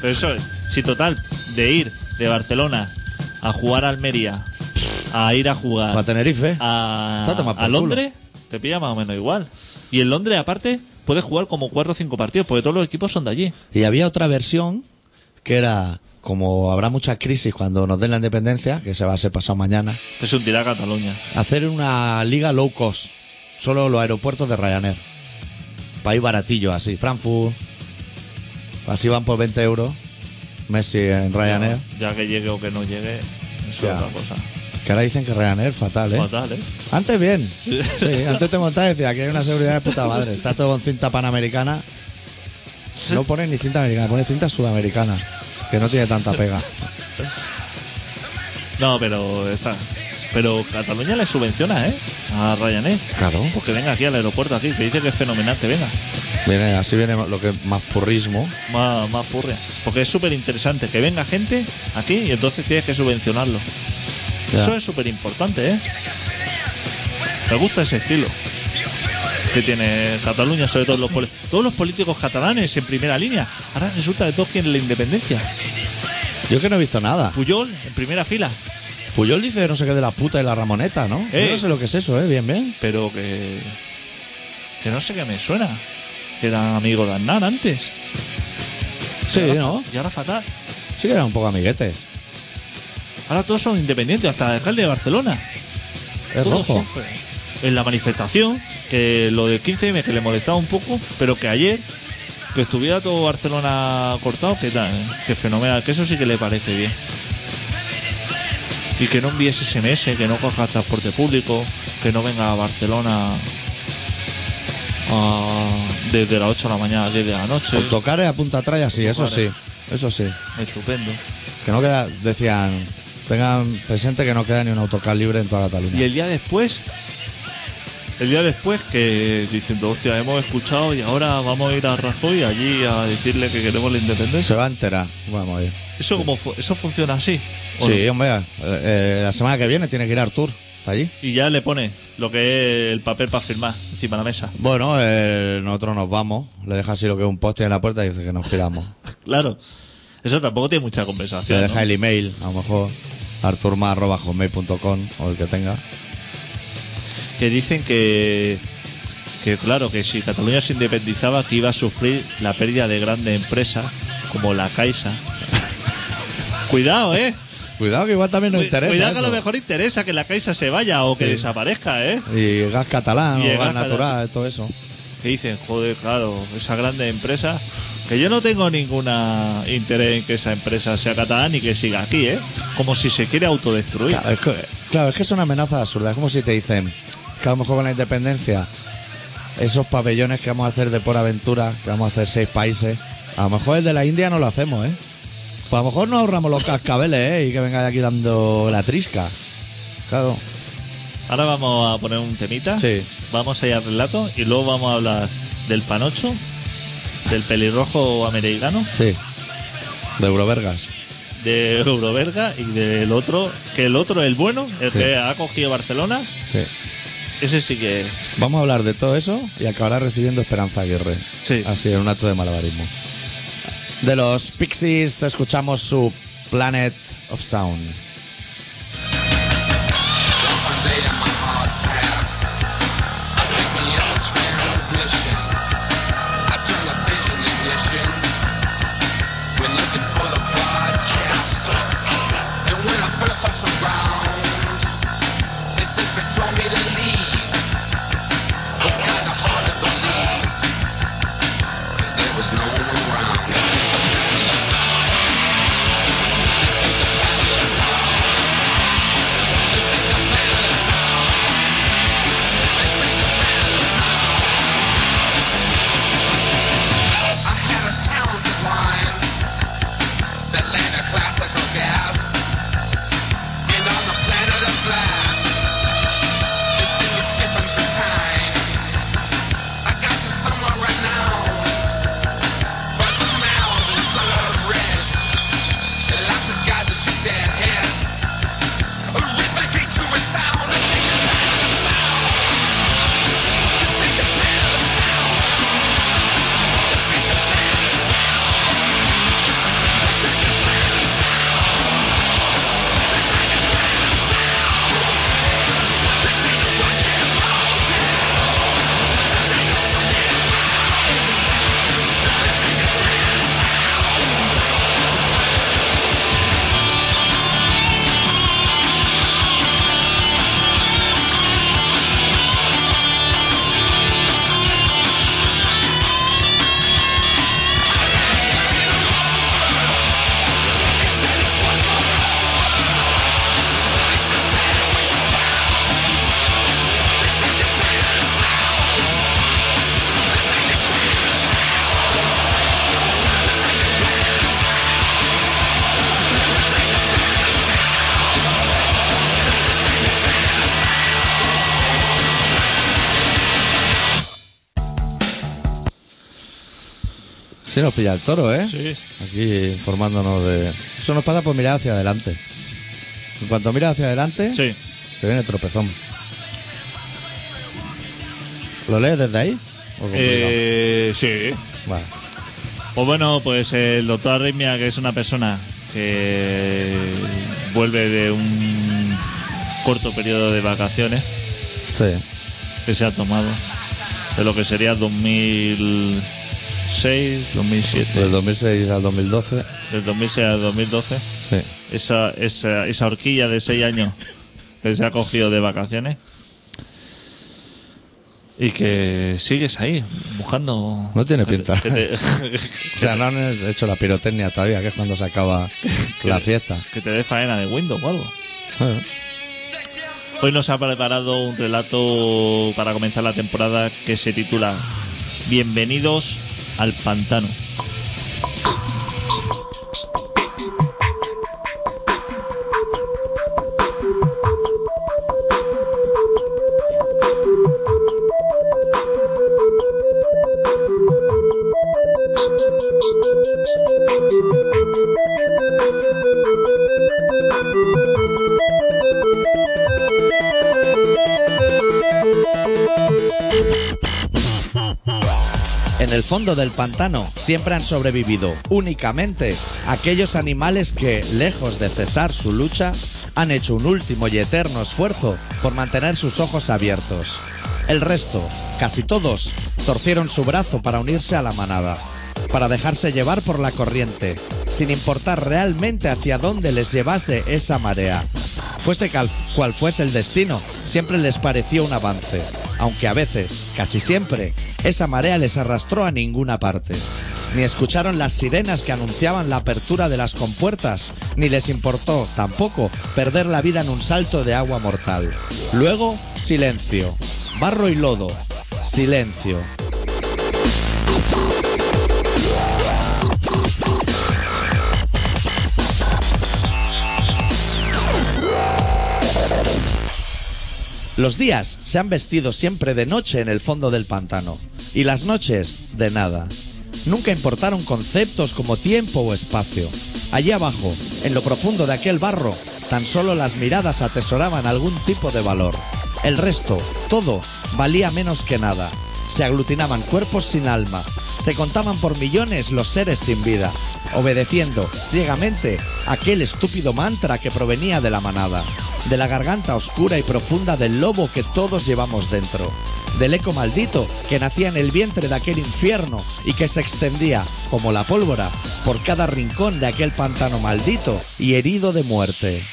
Pero eso es. Si total, de ir de Barcelona a jugar a Almería, a ir a
Para
jugar
Tenerife.
a,
Está tomado por
a Londres, te pilla más o menos igual. Y en Londres, aparte, puedes jugar como cuatro o cinco partidos, porque todos los equipos son de allí.
Y había otra versión que era, como habrá mucha crisis cuando nos den la independencia, que se va a ser pasado mañana,
Te se hundirá Cataluña.
hacer una liga low cost, solo los aeropuertos de Ryanair. País baratillo, así, Frankfurt, así van por 20 euros, Messi en Ryanair.
Ya que llegue o que no llegue, eso
Ya.
es otra cosa.
Que ahora dicen que Ryanair fatal, ¿eh?
Fatal, ¿eh?
Antes bien. Sí, antes te montabas y decías que hay una seguridad de puta madre. Está todo con cinta panamericana. No pone ni cinta americana, pone cinta sudamericana. Que no tiene tanta pega.
No, pero está. Pero Cataluña le subvenciona, ¿eh? A Ryanair.
Claro.
Pues que venga aquí al aeropuerto, aquí, que dice que es fenomenal que venga.
Viene, así viene lo que es más purrismo.
Más, más furria. Porque es súper interesante que venga gente aquí y entonces tienes que subvencionarlo.
Ya.
Eso es súper importante, ¿eh? Me gusta ese estilo que tiene Cataluña, sobre todo los poli- todos los políticos catalanes en primera línea. Ahora resulta de todos quieren la independencia.
Yo que no he visto nada.
Puyol en primera fila,
Puyol dice no sé qué de la puta y la ramoneta, ¿no? Yo
Eh.
no sé lo que es eso, ¿eh? Bien, bien.
pero que. que no sé qué me suena. Que era amigo de Aznar antes.
Sí,
Y ahora-
¿no?
Y ahora fatal.
Sí que era un poco amiguete.
Ahora todos son independientes, hasta el alcalde de Barcelona.
Es
Todos
rojo.
sufren. En la manifestación, que lo del 15M que le molestaba un poco, pero que ayer, que estuviera todo Barcelona cortado, que tal, eh? que fenomenal, que eso sí que le parece bien. Y que no envíes SMS, que no coja transporte público, que no venga a Barcelona ah, desde las 8 de la mañana a 10 de la noche.
Autocares a punta traya, sí, eso sí.
Autocares.
Eso sí.
Estupendo.
Que no queda, decían, tengan presente que no queda ni un autocar libre en toda Cataluña.
Y el día después, el día después que diciendo, hostia, hemos escuchado y ahora vamos a ir a Rajoy allí a decirle que queremos la independencia.
Se va a enterar. Vamos a ver.
Eso como fu- eso funciona así. ¿o
Sí,
no?
hombre, eh, eh, la semana que viene tiene que ir Artur allí.
Y ya le pone lo que es el papel para firmar encima de
(laughs)
la mesa.
Bueno, eh, nosotros nos vamos, le deja así lo que es un poste en la puerta y dice que nos piramos.
Claro. Eso tampoco tiene mucha
le
compensación. ¿no?
deja el email, a lo mejor, arturma.com o el que tenga.
Que dicen que que claro que si Cataluña se independizaba que iba a sufrir la pérdida de grandes empresas como la
(laughs)
Caixa. Cuidado, eh.
Cuidado que igual también nos
Cu-
interesa.
Cuidado que a
eso.
lo mejor interesa que la Caixa se vaya o que
Sí.
desaparezca, ¿eh?
Y gas catalán
Y el
o gas
gas
natural, todo eso.
Que dicen, joder, claro, esa grande empresa. Que yo no tengo ningún interés en que esa empresa sea catalana y que siga aquí, ¿eh? Como si se quiere autodestruir.
Claro es, que, claro, es que son amenazas absurdas. Es como si te dicen que a lo mejor con la independencia, esos pabellones que vamos a hacer de por aventura, que vamos a hacer seis países, a lo mejor el de la India no lo hacemos, ¿eh? Pues a lo mejor no ahorramos los cascabeles, ¿eh? Y que venga de aquí dando la trisca. Claro.
Ahora vamos a poner un temita.
Sí.
Vamos a ir al relato y luego vamos a hablar del panocho, del pelirrojo americano,
Sí. De Eurovergas.
de Euroverga y del otro, que el otro, el bueno, el
Sí.
que ha cogido Barcelona,
Sí.
ese sí que...
Vamos a hablar de todo eso y acabará recibiendo Esperanza Aguirre.
Sí.
Así, en un acto de malabarismo. De los Pixies escuchamos su Planet of Sound.
Around. This ain't the battle of sound. classical gas. And on the planet of lies, they see me skipping for time. I got you somewhere right now. But the mouths are full of red. And lots of guys that shoot their heads. Replicate to a sound. This ain't the planet of sound. This ain't the planet of sound. This ain't the planet of sound. This ain't the planet of sound. This ain't the planet of sound. This ain't the fucking mountain. This ain't the fucking mountain. This ain't the planet of sound. Except it's one more hour. It's just better when you're around. This ain't the planet of sound. This ain't the planet of sound. This ain't the planet of sound. This ain't the planet of sound. This ain't the planet of
Sí, nos pilla el toro, ¿eh?
Sí.
Aquí informándonos de. Eso nos pasa por mirar hacia adelante. En cuanto miras hacia adelante,
Sí.
te viene el tropezón. ¿Lo lees desde ahí? ¿O complicado?
Eh, sí.
Vale.
Pues bueno, pues el doctor Arritmia, que es una persona que vuelve de un corto periodo de vacaciones
Sí.
que se ha tomado, de lo que sería 2006, 2007,
Del 2006 al 2012.
del 2006 al 2012,
Sí.
esa, esa, esa horquilla de 6 años que se ha cogido de vacaciones y que sigues ahí buscando...
No tiene pinta.
que te- (laughs)
O sea, no han hecho la pirotecnia todavía, que es cuando se acaba la fiesta.
que te dé faena de Windows o algo.
Ah,
Hoy nos ha preparado un relato para comenzar la temporada que se titula Bienvenidos al pantano.
En el fondo del pantano siempre han sobrevivido únicamente aquellos animales que, lejos de cesar su lucha, han hecho un último y eterno esfuerzo por mantener sus ojos abiertos. El resto, casi todos, torcieron su brazo para unirse a la manada, para dejarse llevar por la corriente, sin importar realmente hacia dónde les llevase esa marea. Fuese cal- cual fuese el destino, siempre les pareció un avance, aunque a veces, casi siempre, esa marea les arrastró a ninguna parte. Ni escucharon las sirenas que anunciaban la apertura de las compuertas, ni les importó, tampoco, perder la vida en un salto de agua mortal. Luego, silencio. Barro y lodo. Silencio. Los días se han vestido siempre de noche en el fondo del pantano y las noches de nada. Nunca importaron conceptos como tiempo o espacio. Allí abajo, en lo profundo de aquel barro, tan solo las miradas atesoraban algún tipo de valor. El resto, todo, valía menos que nada. Se aglutinaban cuerpos sin alma. Se contaban por millones los seres sin vida, obedeciendo ciegamente aquel estúpido mantra que provenía de la manada, de la garganta oscura y profunda del lobo que todos llevamos dentro, del eco maldito que nacía en el vientre de aquel infierno y que se extendía, como la pólvora, por cada rincón de aquel pantano maldito y herido de muerte.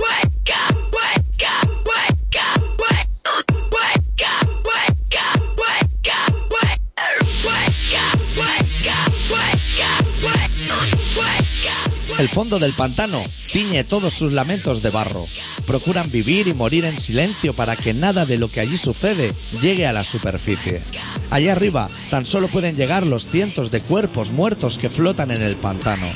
Wake up, wake up, wake up, wake up, wake up, wake up, wake up, wake up, wake up, wake up, wake up, wake up, wake up.
El fondo del pantano tiñe todos sus lamentos de barro. Procuran vivir y morir en silencio para que nada de lo que allí sucede llegue a la superficie. Allí arriba tan solo pueden llegar los cientos de cuerpos muertos que flotan en el pantano.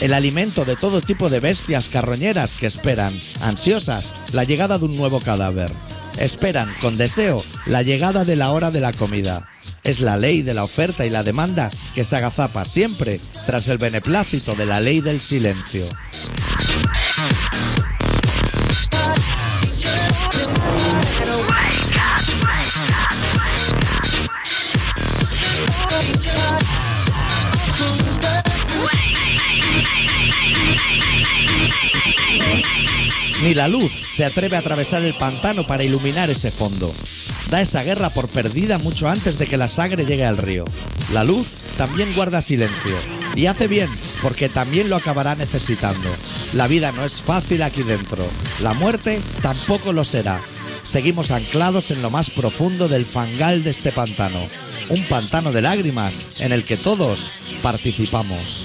El alimento de todo tipo de bestias carroñeras que esperan, ansiosas, la llegada de un nuevo cadáver. Esperan, con deseo, la llegada de la hora de la comida. Es la ley de la oferta y la demanda que se agazapa siempre tras el beneplácito de la ley del silencio. Ni la luz se atreve a atravesar el pantano para iluminar ese fondo. Da esa guerra por perdida mucho antes de que la sangre llegue al río. La luz también guarda silencio. Y hace bien, porque también lo acabará necesitando. La vida no es fácil aquí dentro. La muerte tampoco lo será. Seguimos anclados en lo más profundo del fangal de este pantano. Un pantano de lágrimas en el que todos participamos.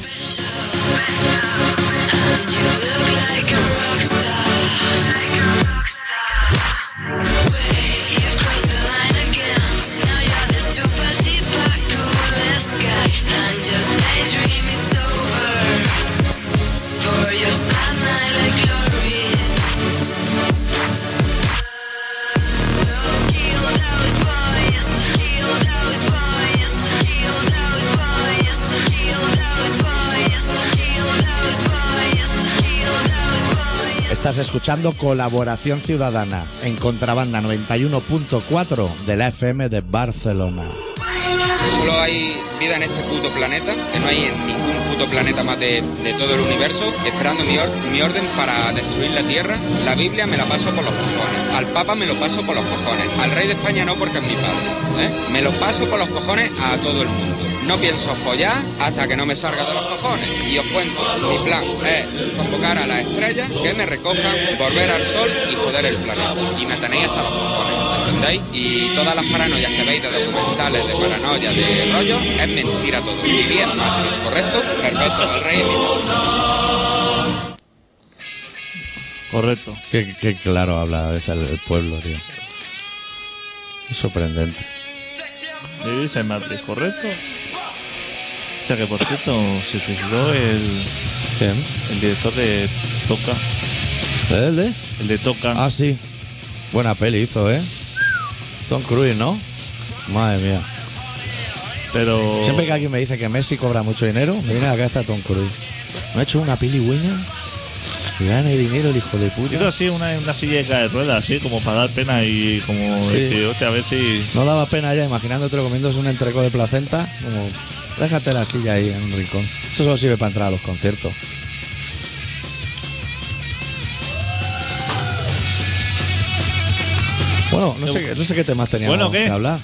Your sad night like glories Kill those boys, kill those boys, kill those boys, kill those boys, kill those boys, kill those boys.
Estás escuchando Colaboración Ciudadana en Contrabanda 91.4 de la FM de Barcelona.
Solo hay vida en este puto planeta, que no hay en ningún puto planeta más de, de todo el universo, esperando mi, or- mi orden para destruir la Tierra. La Biblia me la paso por los cojones, al Papa me lo paso por los cojones, al Rey de España no porque es mi padre, ¿eh? me lo paso por los cojones a todo el mundo. No pienso follar hasta que no me salga de los cojones. Y os cuento, mi plan es convocar a las estrellas que me recojan, volver al sol y joder el planeta. Y me tenéis hasta los cojones, ¿entendéis? Y todas las paranoias que veis de documentales, de paranoia, de rollo, es mentira todo. Mi vida es Matrix, ¿correcto? Perfecto, el rey es mi padre.
Correcto.
Qué, qué claro habla a veces el pueblo, tío. Es sorprendente.
Le dice Matrix, correcto. O sea que por cierto, se suicidó el,
¿Quién?
el director de Toca.
¿El de?
El de Toca.
Ah, sí. Buena peli hizo, ¿eh? Tom Cruise, ¿no? Madre mía.
pero.
Oh. Siempre que alguien me dice que Messi cobra mucho dinero, me viene a la cabeza Tom Cruise. ¿No ha hecho una peli buena? Y Gana dinero el hijo de
Hizo
puta.
así una, una silla de ruedas, así como para dar pena y como
Sí.
decir, hostia, a ver si.
No daba pena ya imaginándote comiéndose un entreco de placenta, como déjate la silla ahí en un rincón. Eso solo sirve para entrar a los conciertos. Bueno, no sé, qué- no sé qué temas teníamos
Bueno, ¿qué?
que hablar.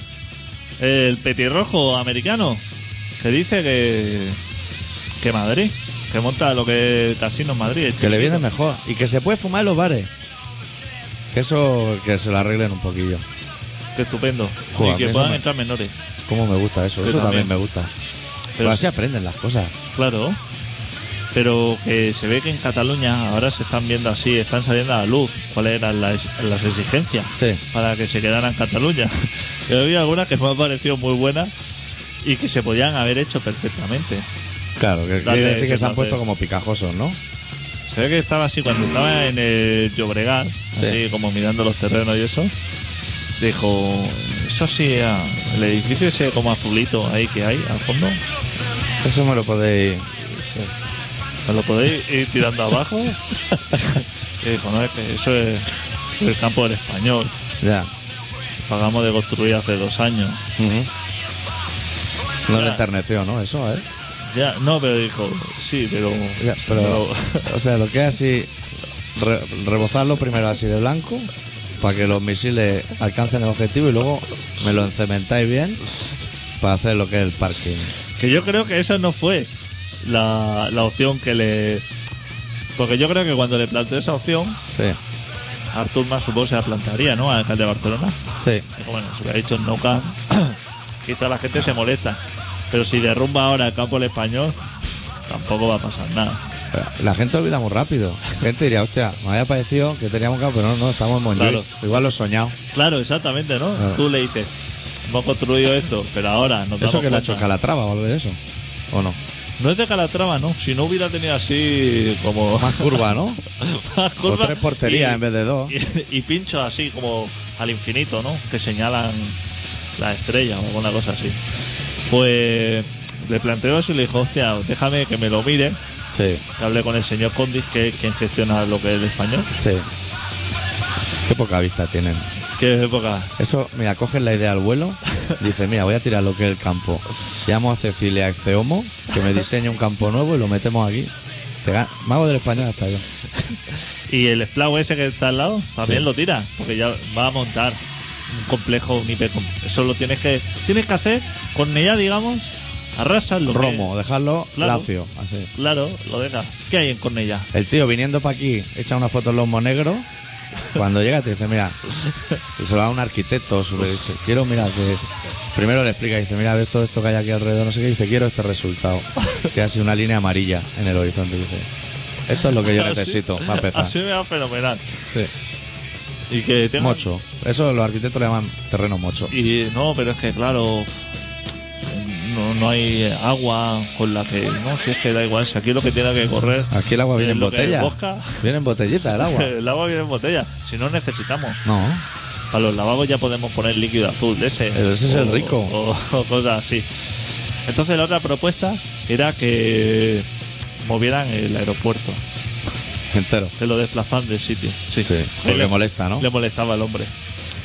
El petirrojo americano, que dice que. que Madrid, que monta lo que es Casino en Madrid.
Que le viene mejor. Y que se puede fumar en los bares. Que eso, que se lo arreglen un poquillo.
Qué estupendo.
Joder, a mí
y que
no
puedan
me-
entrar menores.
Cómo me gusta eso.
Yo
Eso también
también.
me gusta. Pero
Pero
así aprenden las cosas.
Claro. Pero que se ve que en Cataluña ahora se están viendo así, están saliendo a la luz cuáles eran las, las exigencias
Sí.
para que se quedaran en Cataluña. (laughs) Yo había algunas que me han parecido muy buenas y que se podían haber hecho perfectamente.
Claro, que
Dale,
quiere decir que
sí,
se han
dale.
puesto como picajosos, ¿no?
Se ve que estaba así cuando estaba en el Llobregat, así como mirando los terrenos y eso. Dijo, eso sí, ah, el edificio ese como azulito ahí que hay al fondo,
Eso me lo podéis.
¿Os lo podéis ir
(laughs)
tirando abajo? y dijo, no, es que eso es el campo del español.
Ya.
Pagamos de construir hace dos años.
Ujú. No
Ya.
le enterneció, ¿no? Eso, ¿eh?
Ya, no, pero dijo, sí, pero.
Ya, pero. (laughs)
pero-
o sea, lo que es así. re- rebozarlo primero así de blanco. Para que los misiles alcancen el objetivo y luego me lo encementáis bien. Para hacer lo que es el parking.
(laughs) que yo creo que esa no fue la, la opción que le. Porque yo creo que cuando le planteó esa opción,
Sí.
Artur Mas supongo se la plantearía, ¿no? Al alcalde de Barcelona.
Sí.
Dijo, bueno, si hubiera dicho no camp, (clears throat) quizá la gente se molesta. Pero si derrumba ahora el campo del español, tampoco va a pasar nada.
La gente olvida muy rápido. La gente diría, hostia, me había parecido que teníamos campo, pero no, no, estamos en Montjuic.
Claro.
Igual lo he soñado.
Claro, exactamente, ¿no?
Claro.
Tú le dices, hemos construido esto, pero ahora
Eso
nos damos
que lo ha
cuenta.
hecho Calatrava o algo de eso. ¿O no?
No es de Calatrava, ¿no? Si no hubiera tenido así como...
Más curva, ¿no?
más
Con
curvas
tres porterías
y-
en vez de dos.
Y, y pinchos así como al infinito, ¿no? Que señalan las estrellas o alguna cosa así. Pues le planteo eso y le dijo, hostia, déjame que me lo mire.
Sí,
Que hablé con el señor Condis, que es quien gestiona lo que es el español.
sí. Qué poca vista tienen.
Que es época.
Eso, mira, cogen la idea al vuelo. Dice, mira, voy a tirar lo que es el campo. Llamo a Cecilia Exceomo, que me diseñe un campo nuevo y lo metemos aquí. Te gan- Mago del español hasta yo.
Y el Splau ese que está al lado también
Sí.
lo tira, porque ya va a montar un complejo, un hipercom. Eso lo tienes que tienes que hacer con ella, digamos, arrasas lo que-
Romo, dejarlo
Claro.
lacio, así.
Claro, lo dejas. ¿Qué hay en Cornella?
El tío viniendo para aquí, echa una foto en lomo negro. Cuando llega te dice, mira, y se lo da a un arquitecto, su- le dice, quiero, mira, que primero le explica, dice, mira, ves todo esto que hay aquí alrededor, no sé qué, dice, quiero este resultado. Que hace una línea amarilla en el horizonte. Dice, esto es lo que yo
Así-
necesito para empezar.
Así me va fenomenal.
Sí.
Y que tenga-
Mocho. Eso los arquitectos le llaman terreno mocho.
Y no, pero es que claro, no, no hay agua con la que. No, si es que da igual, si aquí lo que tiene que correr.
Aquí el agua viene
es
en
lo que
botella.
busca.
Viene en botellita el agua.
(laughs) El agua viene en botella. Si no necesitamos.
No.
Para los lavabos ya podemos poner líquido azul de ese.
Pero ese es el rico.
O, (laughs) o cosas así. Entonces la otra propuesta era que movieran el aeropuerto,
Entero.
que lo desplazan del sitio. Sí,
Sí, porque
Le-
molesta, ¿no?
Le molestaba al hombre.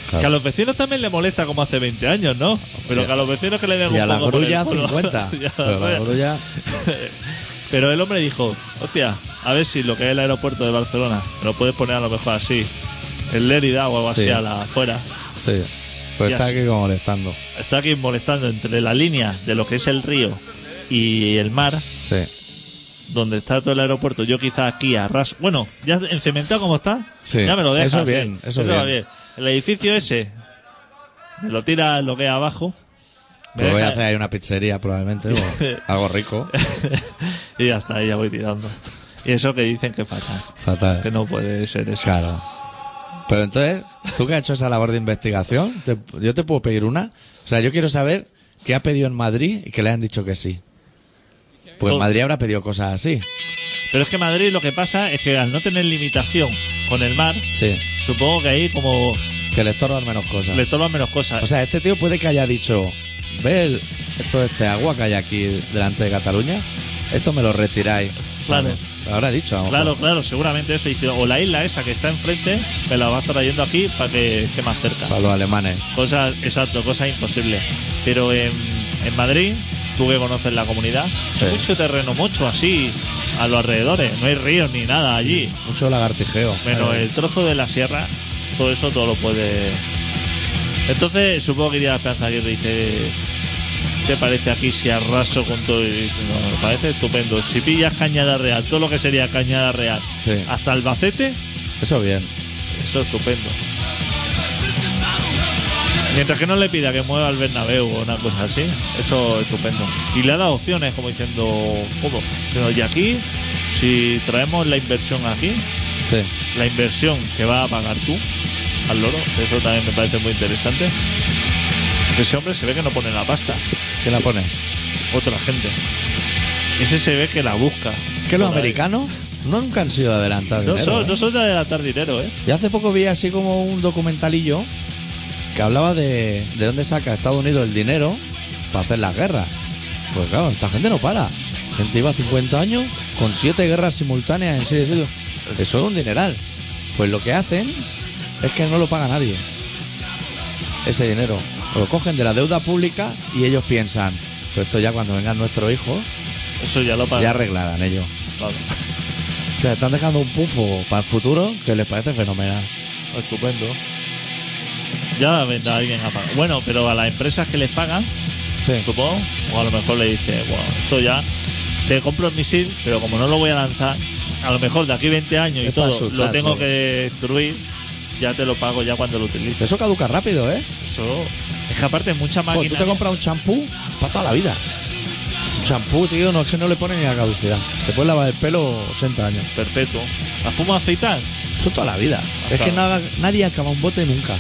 Claro.
Que a los vecinos también le molesta como hace 20 años, ¿no? Pero que a los vecinos que le den
Y
un
a la
poco por el
grulla
culo. (laughs)
50.
Y a la
Pero la
grulla.
grulla.
Pero el hombre dijo, hostia, a ver si lo que es el aeropuerto de Barcelona, lo puedes poner a lo mejor así, en Lérida o algo
Sí.
así a la afuera.
Sí. Pues
Y
está
así.
aquí como molestando.
Está aquí molestando entre las líneas de lo que es el río y el mar,
Sí.
donde está todo el aeropuerto. Yo quizás aquí a ras... Bueno, ya encementado como está,
Sí.
ya me lo dejas.
Eso
sí.
bien, eso
va
bien.
bien. El edificio ese, me lo tira lo que es abajo. me
Pues voy a
deja-
hacer ahí una pizzería probablemente.
(laughs)
o algo rico.
y ya está, y ya voy tirando. Y eso que dicen que fatal,
Fatal.
que no puede ser eso.
Claro. Pero entonces, tú que has hecho esa labor de investigación, te- yo te puedo pedir una. O sea, yo quiero saber qué ha pedido en Madrid y que le han dicho que sí. Pues en
Todo.
Madrid habrá pedido cosas así.
Pero es que Madrid lo que pasa es que al no tener limitación con el mar,
Sí.
supongo que ahí como
Que le estorban menos cosas.
le toman menos cosas.
O sea, este tío puede que haya dicho, ve el- esto este agua que hay aquí delante de Cataluña, esto me lo retiráis.
Claro.
Lo habrá dicho. a lo
Claro,
mejor.
claro, seguramente eso. dice, o la isla esa que está enfrente, me la vas trayendo aquí para que esté más cerca.
Para los alemanes.
Cosas, exacto, cosas imposibles. Pero en, en Madrid, tú que conoces la comunidad, hay
Sí.
mucho terreno, mucho así, a los alrededores. No hay ríos ni nada allí.
Mucho lagartijeo.
Menos el trozo de la sierra, todo eso todo lo puede. Entonces, supongo que iría a Esperanza Aguirre y dice: ¿Te parece aquí si arraso con todo? Y dice, no, me parece estupendo. Si pillas Cañada Real, todo lo que sería Cañada Real,
Sí.
hasta Albacete,
Eso bien.
eso es estupendo. Mientras que no le pida que mueva el Bernabéu o una cosa así, eso es estupendo. Y le ha dado opciones, como diciendo, ¿cómo? Diciendo, y aquí, si traemos la inversión aquí,
Sí.
la inversión que va a pagar tú al loro, que eso también me parece muy interesante. Ese hombre se ve que no pone la pasta,
¿Quién la pone?
otra gente. Ese se ve que la busca.
Que los
Por ahí.
americanos nunca han sido adelantados.
No
dinero,
son,
¿eh?
no son de adelantar dinero, ¿eh?
Y hace poco vi así como un documentalillo que hablaba de, de dónde saca Estados Unidos el dinero para hacer las guerras. Pues claro, esta gente no para. Gente iba 50 años con siete guerras simultáneas en seis sitios. Eso es un dineral. Pues lo que hacen es que no lo paga nadie. Ese dinero. Lo cogen de la deuda pública y ellos piensan, pues esto ya cuando vengan nuestros hijos,
Eso ya lo paga.
ya arreglarán ellos.
Claro.
O sea, están dejando un pufo para el futuro que les parece fenomenal.
Estupendo. Ya vendrá alguien a pagar. Bueno, pero a las empresas que les pagan,
Sí.
supongo, o a lo mejor le dice, bueno, esto ya, te compro el misil, pero como no lo voy a lanzar, a lo mejor de aquí 20 años y
Es para
todo lo
asustar,
tengo
sí.
que destruir, ya te lo pago ya cuando lo utilice.
Eso caduca rápido, ¿eh?
Eso es que aparte mucha
Pues tú
máquina.
te compras un champú para toda la vida. Un champú, tío, no es que no le pone ni la caducidad. Te puedes lavar el pelo 80 años.
Perpetuo. ¿La espuma afeitar?
Eso toda la vida. es
claro.
que nada- nadie acaba un bote nunca.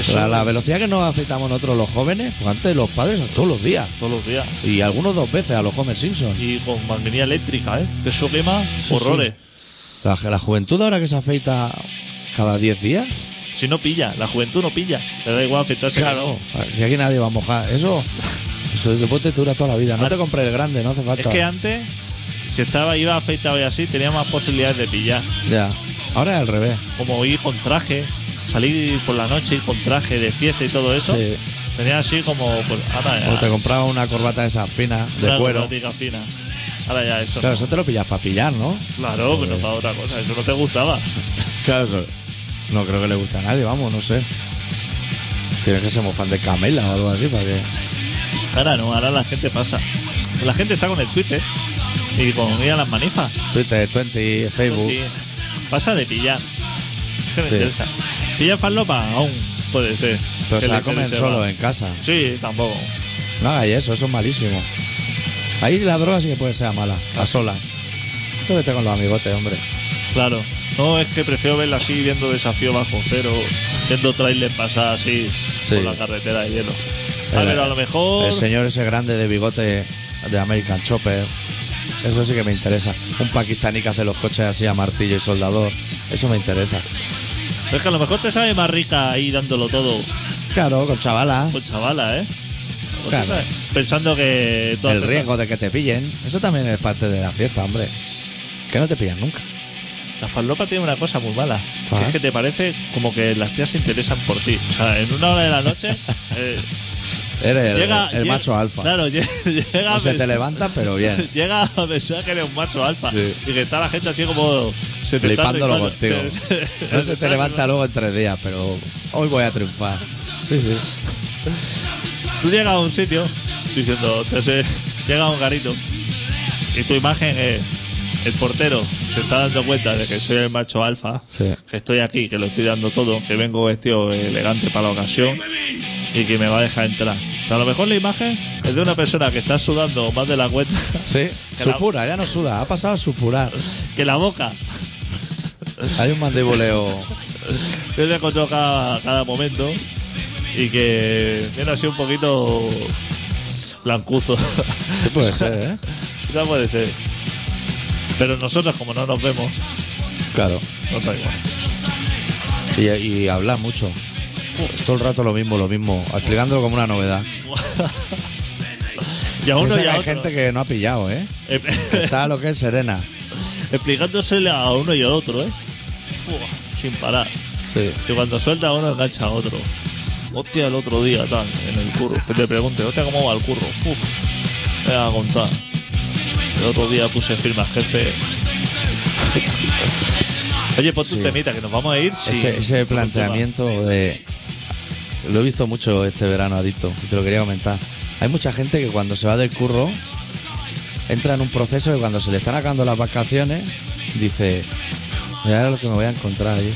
Eso,
La, la velocidad que nos afectamos nosotros los jóvenes, pues antes los padres todos los días.
todos los días.
Y algunos dos veces a los Homer Simpson.
Y con manguería eléctrica, ¿eh? Que eso quema horrores.
La, la juventud ahora que se afeita cada 10 días.
Si no pilla, la juventud no pilla. Le da igual afectarse.
Si aquí nadie va a mojar. Eso, eso después te dura toda la vida. No te compres el grande, no hace
Es
falta.
que antes, si estaba, iba afeitado y así, tenía más posibilidades de pillar.
Ya. Ahora es al revés.
Como ir con traje, salir por la noche, ir con traje de fiesta y todo eso.
Sí.
Tenía así como, pues, ahora ya.
O te compraba una corbata de esas finas, de
una
cuero.
cromática fina. Ahora ya eso.
Claro,
no.
eso te lo pillas para pillar, ¿no?
Claro, pero para otra cosa, eso no te gustaba.
Claro. eso- No creo que le guste a nadie, vamos, no sé. Tienes que ser muy fan de Camela o algo así para que.
Ahora no, ahora la gente pasa. La gente está con el Twitter y con ir a las manifas.
Twitter, 20, Facebook.
Sí. Pasa de pillar. Es que me
Sí.
interesa. Pillar falopa aún puede ser.
Pero
Que
se
le
la comen
interese
solo
más.
en casa.
Sí, tampoco.
No hagáis eso, eso es malísimo. Ahí la droga sí que puede ser mala, a sola. Tú vete con los amigotes, hombre.
Claro. No, es que prefiero verla así viendo desafío bajo cero, viendo trailers pasar así por la carretera de hielo. Ah,
El-
pero a lo mejor.
El señor Eh, ese grande de bigote de American Chopper. Eso sí que me interesa. Un pakistaní que hace los coches así a martillo y soldador. Eso me interesa.
Es que a lo mejor te sabe más rica ahí dándolo todo
Claro, con chavala.
con chavala, ¿eh? Pues,
Claro.
¿sabes? Pensando que. tú
El
haces-
riesgo de que te pillen. Eso también es parte de la fiesta, hombre. Que no te pillan nunca.
La falopa tiene una cosa muy mala. que
Ah.
es que te parece como que las tías se interesan por ti. O sea, en una hora de la
(laughs)
noche. eh,
Eres el,
llega.
el
llega-
macho alfa.
Claro, (laughs) lle- llega.
no se te
mens-
levanta, pero bien.
Llega a pensar que eres un macho alfa
Sí.
y que está la gente así como (laughs) se te está
Flipándolo
rifando. (laughs)
contigo.
Se-
(laughs)
se-
No se te
está
levanta luego en tres días, pero hoy voy a triunfar. Sí, sí.
Tú llegas a un sitio diciendo, te sé, llega a un garito y tu imagen es el portero se está dando cuenta de que soy el macho alfa,
Sí.
que estoy aquí, que lo estoy dando todo, que vengo vestido elegante para la ocasión y que me va a dejar entrar. Pero a lo mejor la imagen es de una persona que está sudando más de la cuenta (laughs)
Sí,
Que la-
supura, ya no suda, ha pasado a supurar.
que la boca.
Hay un mandibuleo.
Yo le controlo cada, cada momento y que viene así un poquito blancuzo. (laughs)
Sí puede ser, ¿eh?
Ya puede ser. Pero nosotros, como no nos vemos,
Claro.
no da igual. (laughs)
Y, y hablar mucho. Todo el rato lo mismo, lo mismo. Explicándolo como una novedad.
Y a uno
Piensa
y
que
a
hay
otro.
gente que no ha pillado, ¿eh?
(laughs)
Está lo que es serena.
Explicándosele a uno y al otro, ¿eh? Fua, sin parar.
Sí.
Que cuando suelta a uno, engancha a otro. Hostia, el otro día, tal, en el curro. Que te pregunte, hostia, ¿cómo va el curro? Uf, me voy a contar. El otro día puse firma, jefe. Oye, ponte un
Sí.
temita, que nos vamos a ir. sin-
Ese,
con
ese
un tema.
planteamiento de. Lo he visto mucho este verano, Adicto, y te lo quería comentar. Hay mucha gente que cuando se va del curro entra en un proceso que cuando se le están acabando las vacaciones dice: Mira lo que me voy a encontrar allí.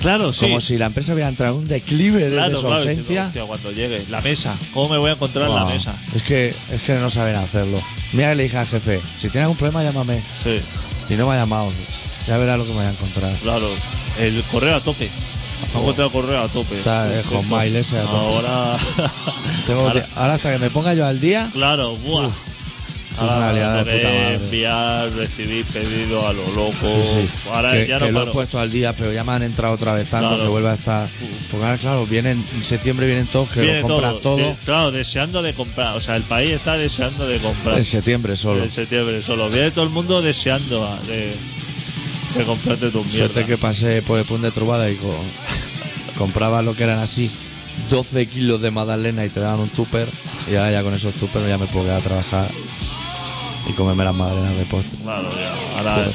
Claro, sí.
Como si la empresa hubiera entrado en un declive desde
Claro,
su
claro,
ausencia.
diciendo, "Hostia, cuando llegue, la mesa. ¿Cómo me voy a encontrar en la
Wow.
mesa?
Es que, es que no saben hacerlo. Mira que le dije al jefe, si tienes algún problema llámame.
Sí,
Y no me ha llamado. Ya verás lo que me voy a encontrar.
claro. El correo a tope. Me he encontrado el correo a tope.
Está eh, el Hotmail ese a tope.
Ahora.
Tengo
ahora-
que-
(laughs)
ahora hasta que me ponga yo al día,
Claro, buah.
Eso es una liada de
tengo
puta
que
madre.
enviar, recibir pedido a lo loco.
Sí, sí.
Ahora
que, este
ya
que
no
lo he
paro.
puesto al día, pero ya me han entrado otra vez tanto
Claro.
que vuelve a estar. Porque ahora, claro, vienen en septiembre vienen todos que
Viene
lo compran todo.
Sí, claro, deseando de comprar. O sea, el país está deseando de comprar.
En septiembre solo.
En septiembre solo. Viene todo el mundo deseando ah, de, de comprarte tus
Suerte
mierdas.
que pasé por el Punt de Trubada y co- (laughs) compraba lo que eran así 12 kilos de magdalena y te daban un tupper. Y ahora ya con esos tuppers ya me puedo quedar a trabajar y comerme las magdalenas de postre.
Claro, ya. Ahora,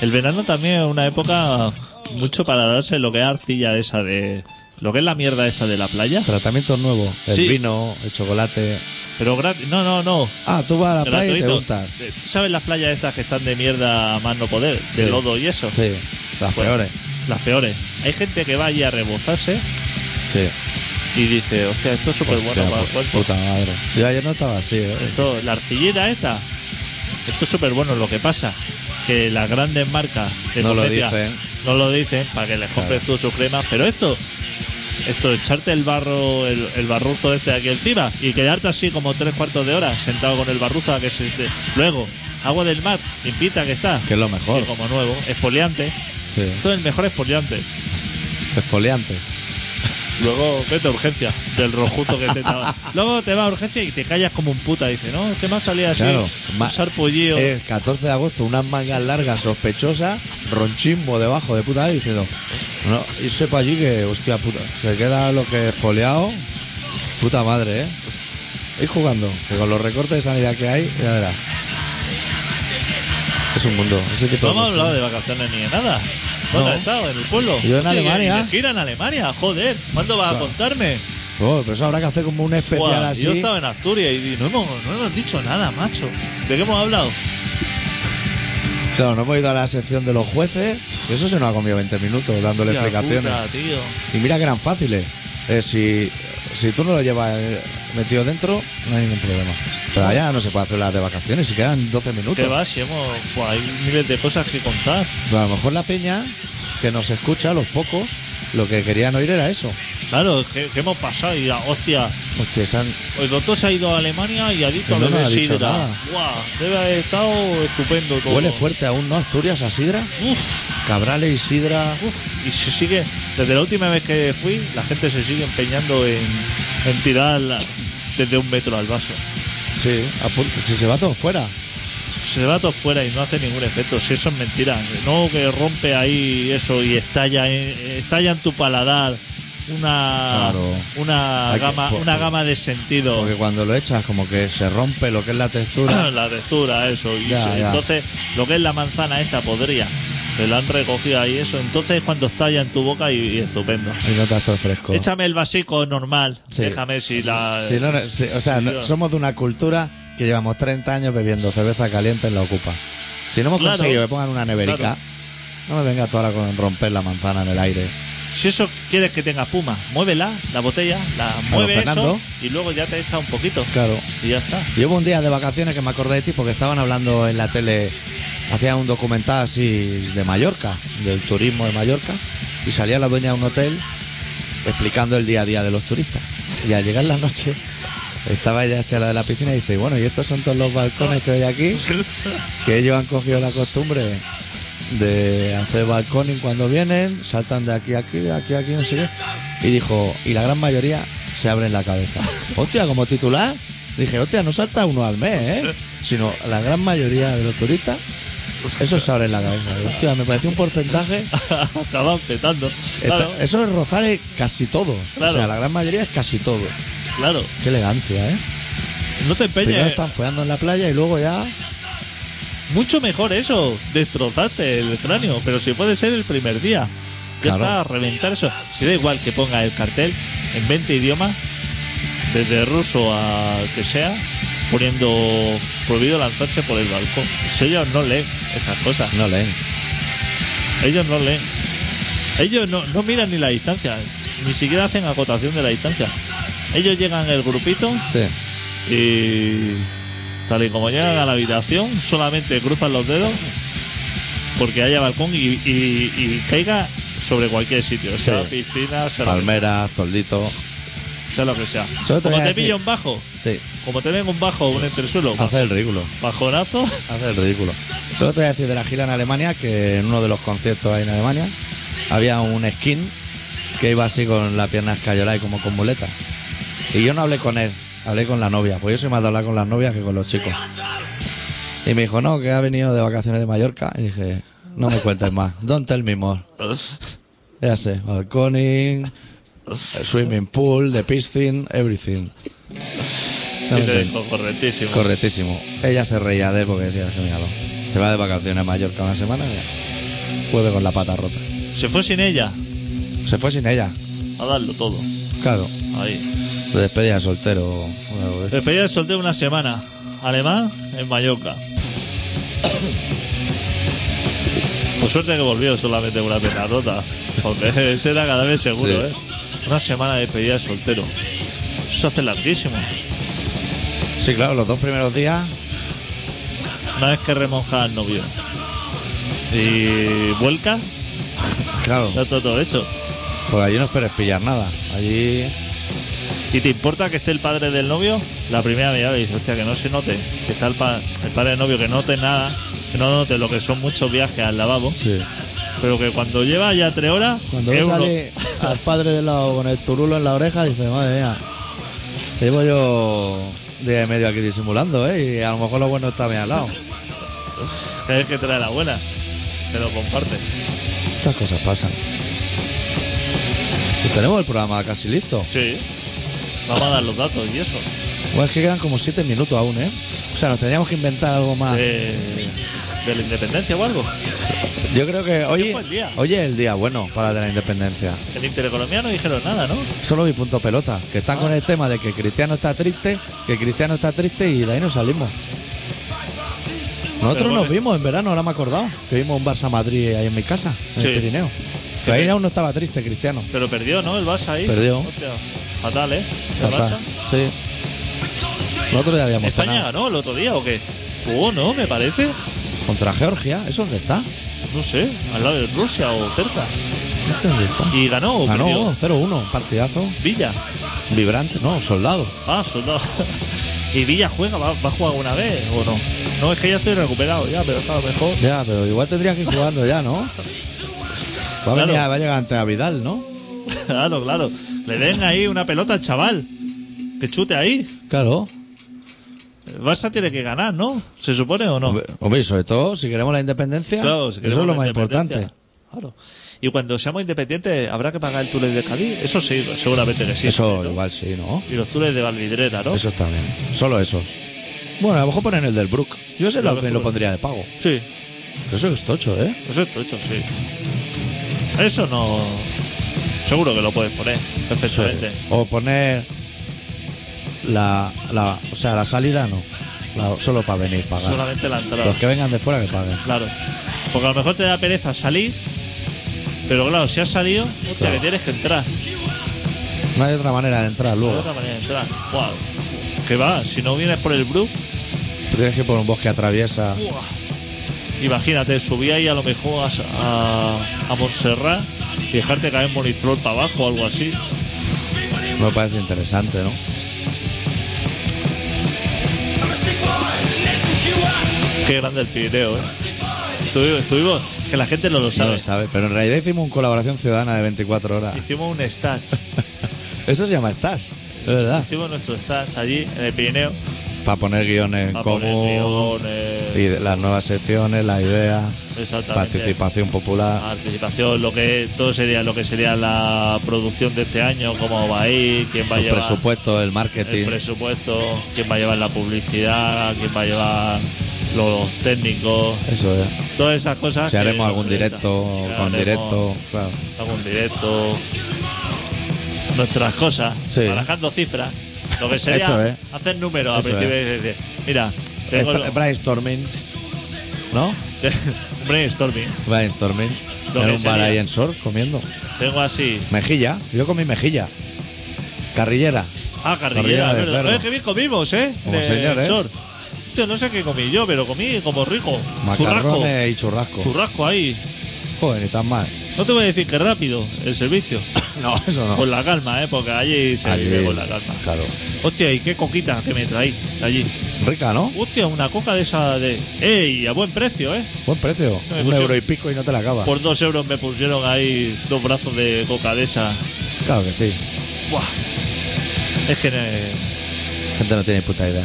el verano también es una época mucho para darse lo que es arcilla esa de. Lo que es la mierda esta de la playa.
Tratamientos nuevos, el
Sí.
vino, el chocolate.
Pero gratis. No, no, no.
Ah, tú vas a la playa y te
Gratuito.
gustas.
¿Tú sabes las playas estas que están de mierda a más no poder? De
Sí.
lodo y eso.
Sí, las
Pues,
peores.
Las peores. Hay gente que va allí a rebozarse
Sí.
y dice, hostia, esto es súper bueno
Hostia, pues,
para el
pu-
cuerpo.
puta madre. Yo ayer no estaba así, ¿eh?
Esto, la arcillera esta. Esto es súper bueno. Lo que pasa que las grandes marcas de
No lo
cosmética
dicen.
No lo dicen para que les compres tú sus cremas. Pero esto, esto, echarte el barro, el, el barruzo este aquí encima y quedarte así como tres cuartos de hora sentado con el barruza que se te- Luego, agua del mar, limpita que está.
Que es lo mejor.
Sí, como nuevo, expoliante.
Sí.
Esto es el mejor expoliante.
Esfoliante.
Luego vete a urgencia del rojuzo que
(laughs)
te estaba. Luego te vas a urgencia y te callas como un puta. Dice, no, es que me ha salido así.
Claro.
un
ma-
sarpullido.
eh, 14 de agosto, unas mangas largas, sospechosas, ronchismo debajo de puta madre, diciendo, no, irse para allí que, hostia puta, te queda lo que foliado, puta madre, eh. Ir jugando, que con los recortes de sanidad que hay, ya verás. Es un mundo, ese tipo de
No hemos
cosas.
hablado de vacaciones ni de nada. ¿Dónde
No.
has estado? ¿En el pueblo?
Yo en
Hostia,
Alemania.
y de gira en Alemania, joder. ¿Cuándo vas a contarme?
Oh, pero eso habrá que hacer como un especial
Buah,
así.
Yo estaba en Asturias y di- no hemos, no hemos dicho nada, macho. ¿De qué hemos hablado?
Claro, no hemos ido a la sección de los jueces, y eso se nos ha comido 20 minutos dándole
Hostia
explicaciones.
puta, tío.
Y mira que eran fáciles. Eh, si, si tú no lo llevas eh, metido dentro, no hay ningún problema. Pero allá no se puede hacer las de vacaciones, si quedan 12
¿Qué
minutos.
vas? Si hemos, buah, hay miles de cosas que contar.
Pero a lo mejor la peña que nos escucha, los pocos, lo que querían oír era eso.
Claro, que, que hemos pasado y ah, hostia.
Hostia, esa-
Pues El doctor se ha ido a Alemania y ha dicho
Pero no
beber
nos ha dicho
sidra.
nada.
Guau, debe haber estado estupendo todo.
huele fuerte aún, ¿no? Asturias a sidra.
Uf,
Cabrales y sidra.
uf. Y se sigue, desde la última vez que fui, la gente se sigue empeñando en, en tirar la- desde un metro al vaso.
Sí, apunta- si se va todo fuera.
Se va todo fuera y no hace ningún efecto. Si eso es mentira, no que rompe ahí eso y estalla en, estalla en tu paladar una
Claro.
una
Hay que-
gama
por-
una
por-
gama de sentido.
Porque cuando lo echas, como que se rompe lo que es la
(coughs)
textura.
la textura, eso. Y
Ya,
se-
ya.
entonces, lo que es la manzana esta podría. Que la han recogido ahí, eso. Entonces, cuando estalla en tu boca y, y estupendo.
Y no está todo fresco.
Échame el vasico normal.
Sí.
Déjame si la.
Si no, no, si- o sea, no-
Dios.
somos de una cultura que llevamos 30 años bebiendo cerveza caliente en la ocupa. Si no hemos
Claro.
conseguido que pongan una neverica,
Claro.
no me venga tú ahora con romper la manzana en el aire.
Si eso quieres que tenga espuma, muévela, la botella, la mueve eso.
Fernando.
Y luego ya te echa un poquito.
Claro.
Y ya está. (laughs)
Yo hubo un día de vacaciones que me acordé de ti porque estaban hablando en la tele, hacían un documental así de Mallorca, del turismo de Mallorca, y salía la dueña de un hotel explicando el día a día de los turistas. Y al llegar la noche, estaba ella hacia la de la piscina y dice, bueno, y estos son todos los balcones que hay aquí, que ellos han cogido la costumbre de hacer balconing cuando vienen, saltan de aquí a aquí, de aquí a aquí, no sé qué. Y dijo, y la gran mayoría se abren la
(laughs)
cabeza. Hostia, como titular, dije, hostia, no salta uno al mes, ¿eh? Sino la gran mayoría de los turistas, eso se abren la cabeza. Hostia, me parece un porcentaje.
Acaban petando.
Está-
(laughs) Claro,
eso es rozar el casi todo.
Claro.
O sea, la gran mayoría es casi todo.
claro.
Qué elegancia, ¿eh?
No te
Primero
empeñes.
están follando en la playa y luego ya.
Mucho mejor eso. Destrozaste el cráneo, pero si puede ser el primer día. Ya
Claro.
está, reventar eso. Si da igual que ponga el cartel en 20 idiomas, desde ruso a que sea, poniendo prohibido lanzarse por el balcón. Si ellos no leen esas cosas,
No leen.
ellos no leen. Ellos no, no miran ni la distancia, ni siquiera hacen acotación de la distancia. Ellos llegan el grupito
Sí.
y tal y como llegan a la habitación, solamente cruzan los dedos porque haya balcón y, y- y caiga sobre cualquier sitio, sea
Sí.
piscina, sea, lo que,
Palmeras, toldito.
sea lo que sea.
Solo te
como
voy a
te
decir- Ah.
pillo un bajo,
Sí.
como te den un bajo un entresuelo,
Hacer el ridículo.
bajonazo,
Hace el ridículo. Solo te voy a decir de la gira en Alemania que en uno de los conciertos ahí en Alemania había un skin que iba así con la pierna escayolada y como con muleta. Y yo no hablé con él, hablé con la novia, pues yo soy más de hablar con las novias que con los chicos. Y me dijo, no, que ha venido de vacaciones de Mallorca. Y dije, no me cuentes más, don't tell me more. Ya sé, balconing, swimming pool, the piscine, everything. No
y
me
te
cuentes.
dejo correctísimo.
Correctísimo. Ella se reía de él porque decía, "Sí, míralo. Se va de vacaciones a Mallorca una semana y vuelve con la pata rota.
Se fue sin ella,
Se fue sin ella,
a darlo todo.
claro.
Ahí.
De despedida de soltero. o algo de eso.
Despedida del soltero una semana. Alemán en Mallorca. Por suerte que volvió solamente una pena rota. Porque ese era cada vez seguro,
Sí.
¿eh? Una semana de despedida de soltero. Eso hace larguísimo.
Sí, claro, los dos primeros días.
Una vez que remonja al novio. Y vuelca,
Claro.
ya está todo hecho.
Porque allí no esperes pillar nada. Allí.
¿Y te importa que esté el padre del novio? La primera mirada dice, hostia, que no se note, que está el, pa- el padre del novio, que no note nada, que no note lo que son muchos viajes al lavabo,
Sí.
pero que cuando lleva ya tres horas,
Cuando
es
ves
uno-
sale al padre del lado con el turulo en la oreja, dice, madre mía, llevo yo día y medio aquí disimulando, ¿eh? Y a lo mejor lo bueno está bien al lado.
es que trae la buena, te lo comparte.
Estas cosas pasan. Pues tenemos el programa casi listo.
Sí. Vamos a dar los datos y eso.
Bueno, es que quedan como siete minutos aún, ¿eh? O sea, nos tendríamos que inventar algo más.
Eh, de la independencia o algo.
Yo creo que hoy,
fue el día.
hoy es el día bueno para la independencia.
El intereconomía no dijeron nada, ¿no?
Solo mi punto pelota, que están con el tema de que Cristiano está triste, que Cristiano está triste y de ahí nos salimos. Nosotros
Pero
nos
bueno.
vimos en verano, ahora me he acordado, que vimos un Barça Madrid ahí en mi casa, en el
Sí.
Pirineo. Pero ahí aún no estaba triste Cristiano.
Pero perdió, ¿no? El Barça ahí.
Perdió.
Hostia, fatal, ¿eh? El
Fatal.
Barça.
Sí. Nosotros ya habíamos
España
cenado.
ganó el otro día o qué? Jugó, ¿no? Me parece.
Contra Georgia, ¿eso dónde está?
No sé, al lado de Rusia o cerca.
No sé dónde está.
Y ganó. o
Ganó
perdió.
0-1, partidazo,
Villa.
vibrante, no, soldado.
Ah, soldado. (laughs) y Villa juega, ¿va, va a jugar alguna vez o no? No, es que ya estoy recuperado ya, pero estaba mejor.
Ya, pero igual tendrías que ir jugando ya, ¿no? Va a, venir
Claro.
a- va a llegar antes a Vidal, ¿no?
claro, claro. Le den ahí una pelota al chaval. Que chute ahí.
Claro.
El Barça tiene que ganar, ¿no? ¿Se supone o no?
Hombre, Hombre, y sobre todo si queremos la independencia,
Claro, si
eso
queremos
es lo
la
más
independencia.
importante.
Claro. Y cuando seamos independientes, ¿habrá que pagar el túnel de Cádiz? Eso sí, seguramente que sí.
eso
¿no?
igual sí, ¿no?
Y los túneles de Valvidrera, ¿no?
Eso está bien. Solo esos. Bueno, a lo mejor ponen el del Brook. Yo sé
Yo
lo,
lo
que
mejor.
lo pondría de pago.
Sí,
Que Eso es tocho, ¿eh?
eso está hecho, sí. Eso no... Seguro que lo puedes poner, perfectamente.
O poner la, la o sea, la salida no. La- solo para venir pagar.
Solamente la entrada.
Los que vengan de fuera que paguen.
Claro. Porque a lo mejor te da pereza salir, pero claro, si has salido, hostia, que tienes que entrar.
No hay otra manera de entrar
No hay
luego.
otra manera de entrar. Wow. Que va, si no vienes por el Brook,
Tienes que ir por un bosque atraviesa.
Buah. Imagínate, subí ahí a lo mejor a, a, a Montserrat y dejarte caer en Monistrol para abajo o algo así.
Me parece interesante, ¿no?
Qué grande el Pirineo, ¿eh? Estuvimos, estuvimos- que la gente no lo
No
sabe.
lo sabe, pero en realidad hicimos un colaboración ciudadana de 24 horas.
Hicimos un stats,
Eso se llama Estás, es verdad.
hicimos nuestro stats allí en el Pirineo.
Para poner guiones en
a poner eh,
común,
guiones,
y de- las nuevas secciones, las ideas,
exactamente.
participación popular.
Participación, lo que es- todo sería lo que sería la producción de este año, cómo va a ir, quién va a
El
llevar
presupuesto, el
el
marketing.
presupuesto, quién va a llevar la publicidad, quién va a llevar los técnicos,
Eso es.
todas esas cosas.
Si
Ah, que
haremos
nos
algún
presentan.
directo,
Si
con
haremos
directo, claro.
Algún directo. Nuestras cosas,
Sí.
barajando cifras. Lo que sería
Eso es.
hacer números a
Eso
principio y decir, mira, tengo
Esta- brainstorming, ¿no?
lo- brainstorming,
Brainstorming.
Lo
en
que
un bar
sería.
ahí en Sor, comiendo.
tengo así.
Mejilla, yo comí mejilla. Carrillera.
Ah,
Carrillera
carrillera,
de
¿verdad?
cerdo.
Eh, qué bien comimos, ¿eh?
Como señor, ¿eh?
Sor. Hostia, no sé qué comí yo, pero comí como rico. Churrasco.
Macarrones y churrasco.
Churrasco ahí.
Joder, ni tan mal.
No te voy a decir que rápido el servicio.
(coughs) No, eso no.
Con la calma, ¿eh? Porque allí se
Allí,
vive con la calma.
Claro.
Hostia, ¿y qué coquita que me traí allí?
Rica, ¿no?
Hostia, una coca de esa de... ¡Ey! A buen precio, ¿eh?
Buen precio.
Me
Un
pusieron-
euro y pico y no te la acabas.
Por dos euros me pusieron ahí dos brazos de coca de esa.
Claro que sí.
¡Buah! Es que eh,
Gente no tiene puta idea.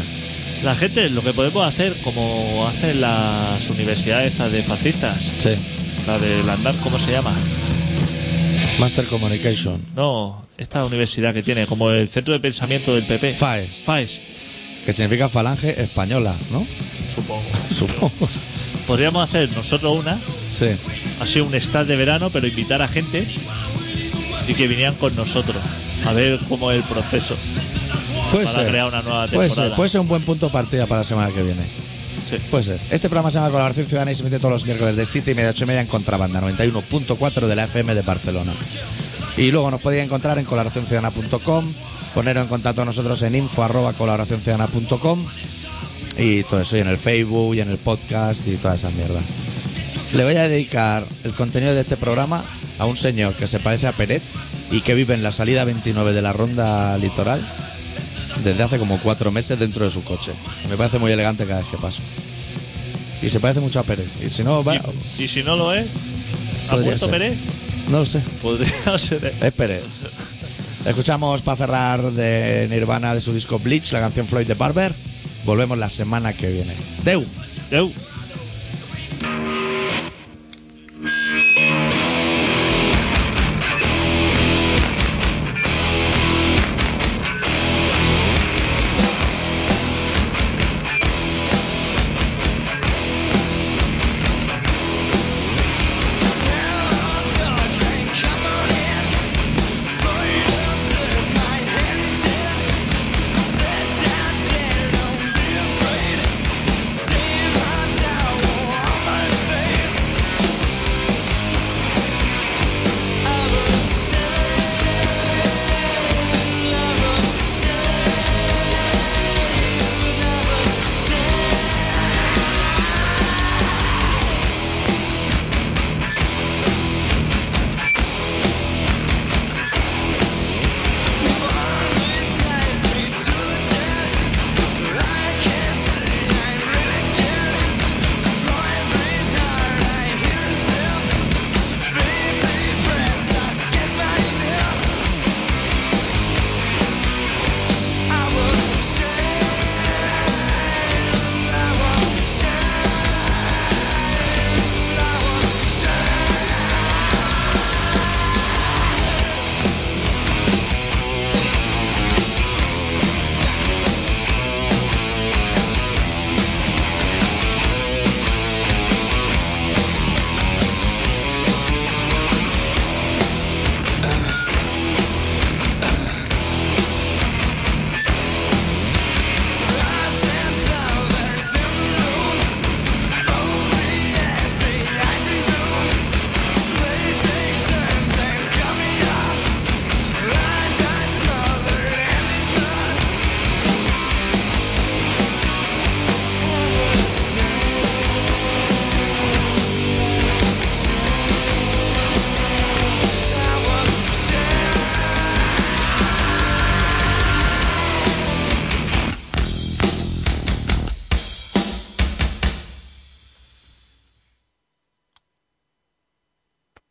la gente lo que podemos hacer, como hacen las universidades estas de fascistas,
Sí.
la del andar, ¿cómo se llama?
Master Communication.
No, esta universidad que tiene, como el centro de pensamiento del PP.
FAES.
FAES,
Que significa falange española, ¿no? (laughs)
supongo.
Supongo.
Podríamos hacer nosotros una,
Sí.
así un stage de verano, pero invitar a gente y que vinieran con nosotros a ver cómo es el proceso.
Puede
Para
ser.
crear una nueva
Puede
temporada.
ser. Puede ser un buen punto de partida para la semana que viene.
Sí.
Puede ser. Este programa se llama Colaboración Ciudadana y se emite todos los miércoles de 7 y media a 8 y media en Contrabanda 91.4 de la FM de Barcelona. Y luego nos podéis encontrar en colaboracionciudadana.com, poneros en contacto con nosotros en info arroba colaboracionciudadana.com y todo eso, y en el Facebook, y en el podcast, y todas esas mierdas. Le voy a dedicar el contenido de este programa a un señor que se parece a Peret, y que vive en la salida 29 de la ronda litoral desde hace como cuatro meses dentro de su coche. Me parece muy elegante cada vez que paso. Y se parece mucho a Pérez. Y si no, va,
Y, y si no lo es, ¿ha
Podría
puesto
ser.
Pérez?
no lo sé.
Podría (laughs) ser. ¿eh?
Es Pérez. Escuchamos para cerrar de Nirvana de su disco Bleach, la canción Floyd de Barber. Volvemos la semana que viene. Deu.
Eu.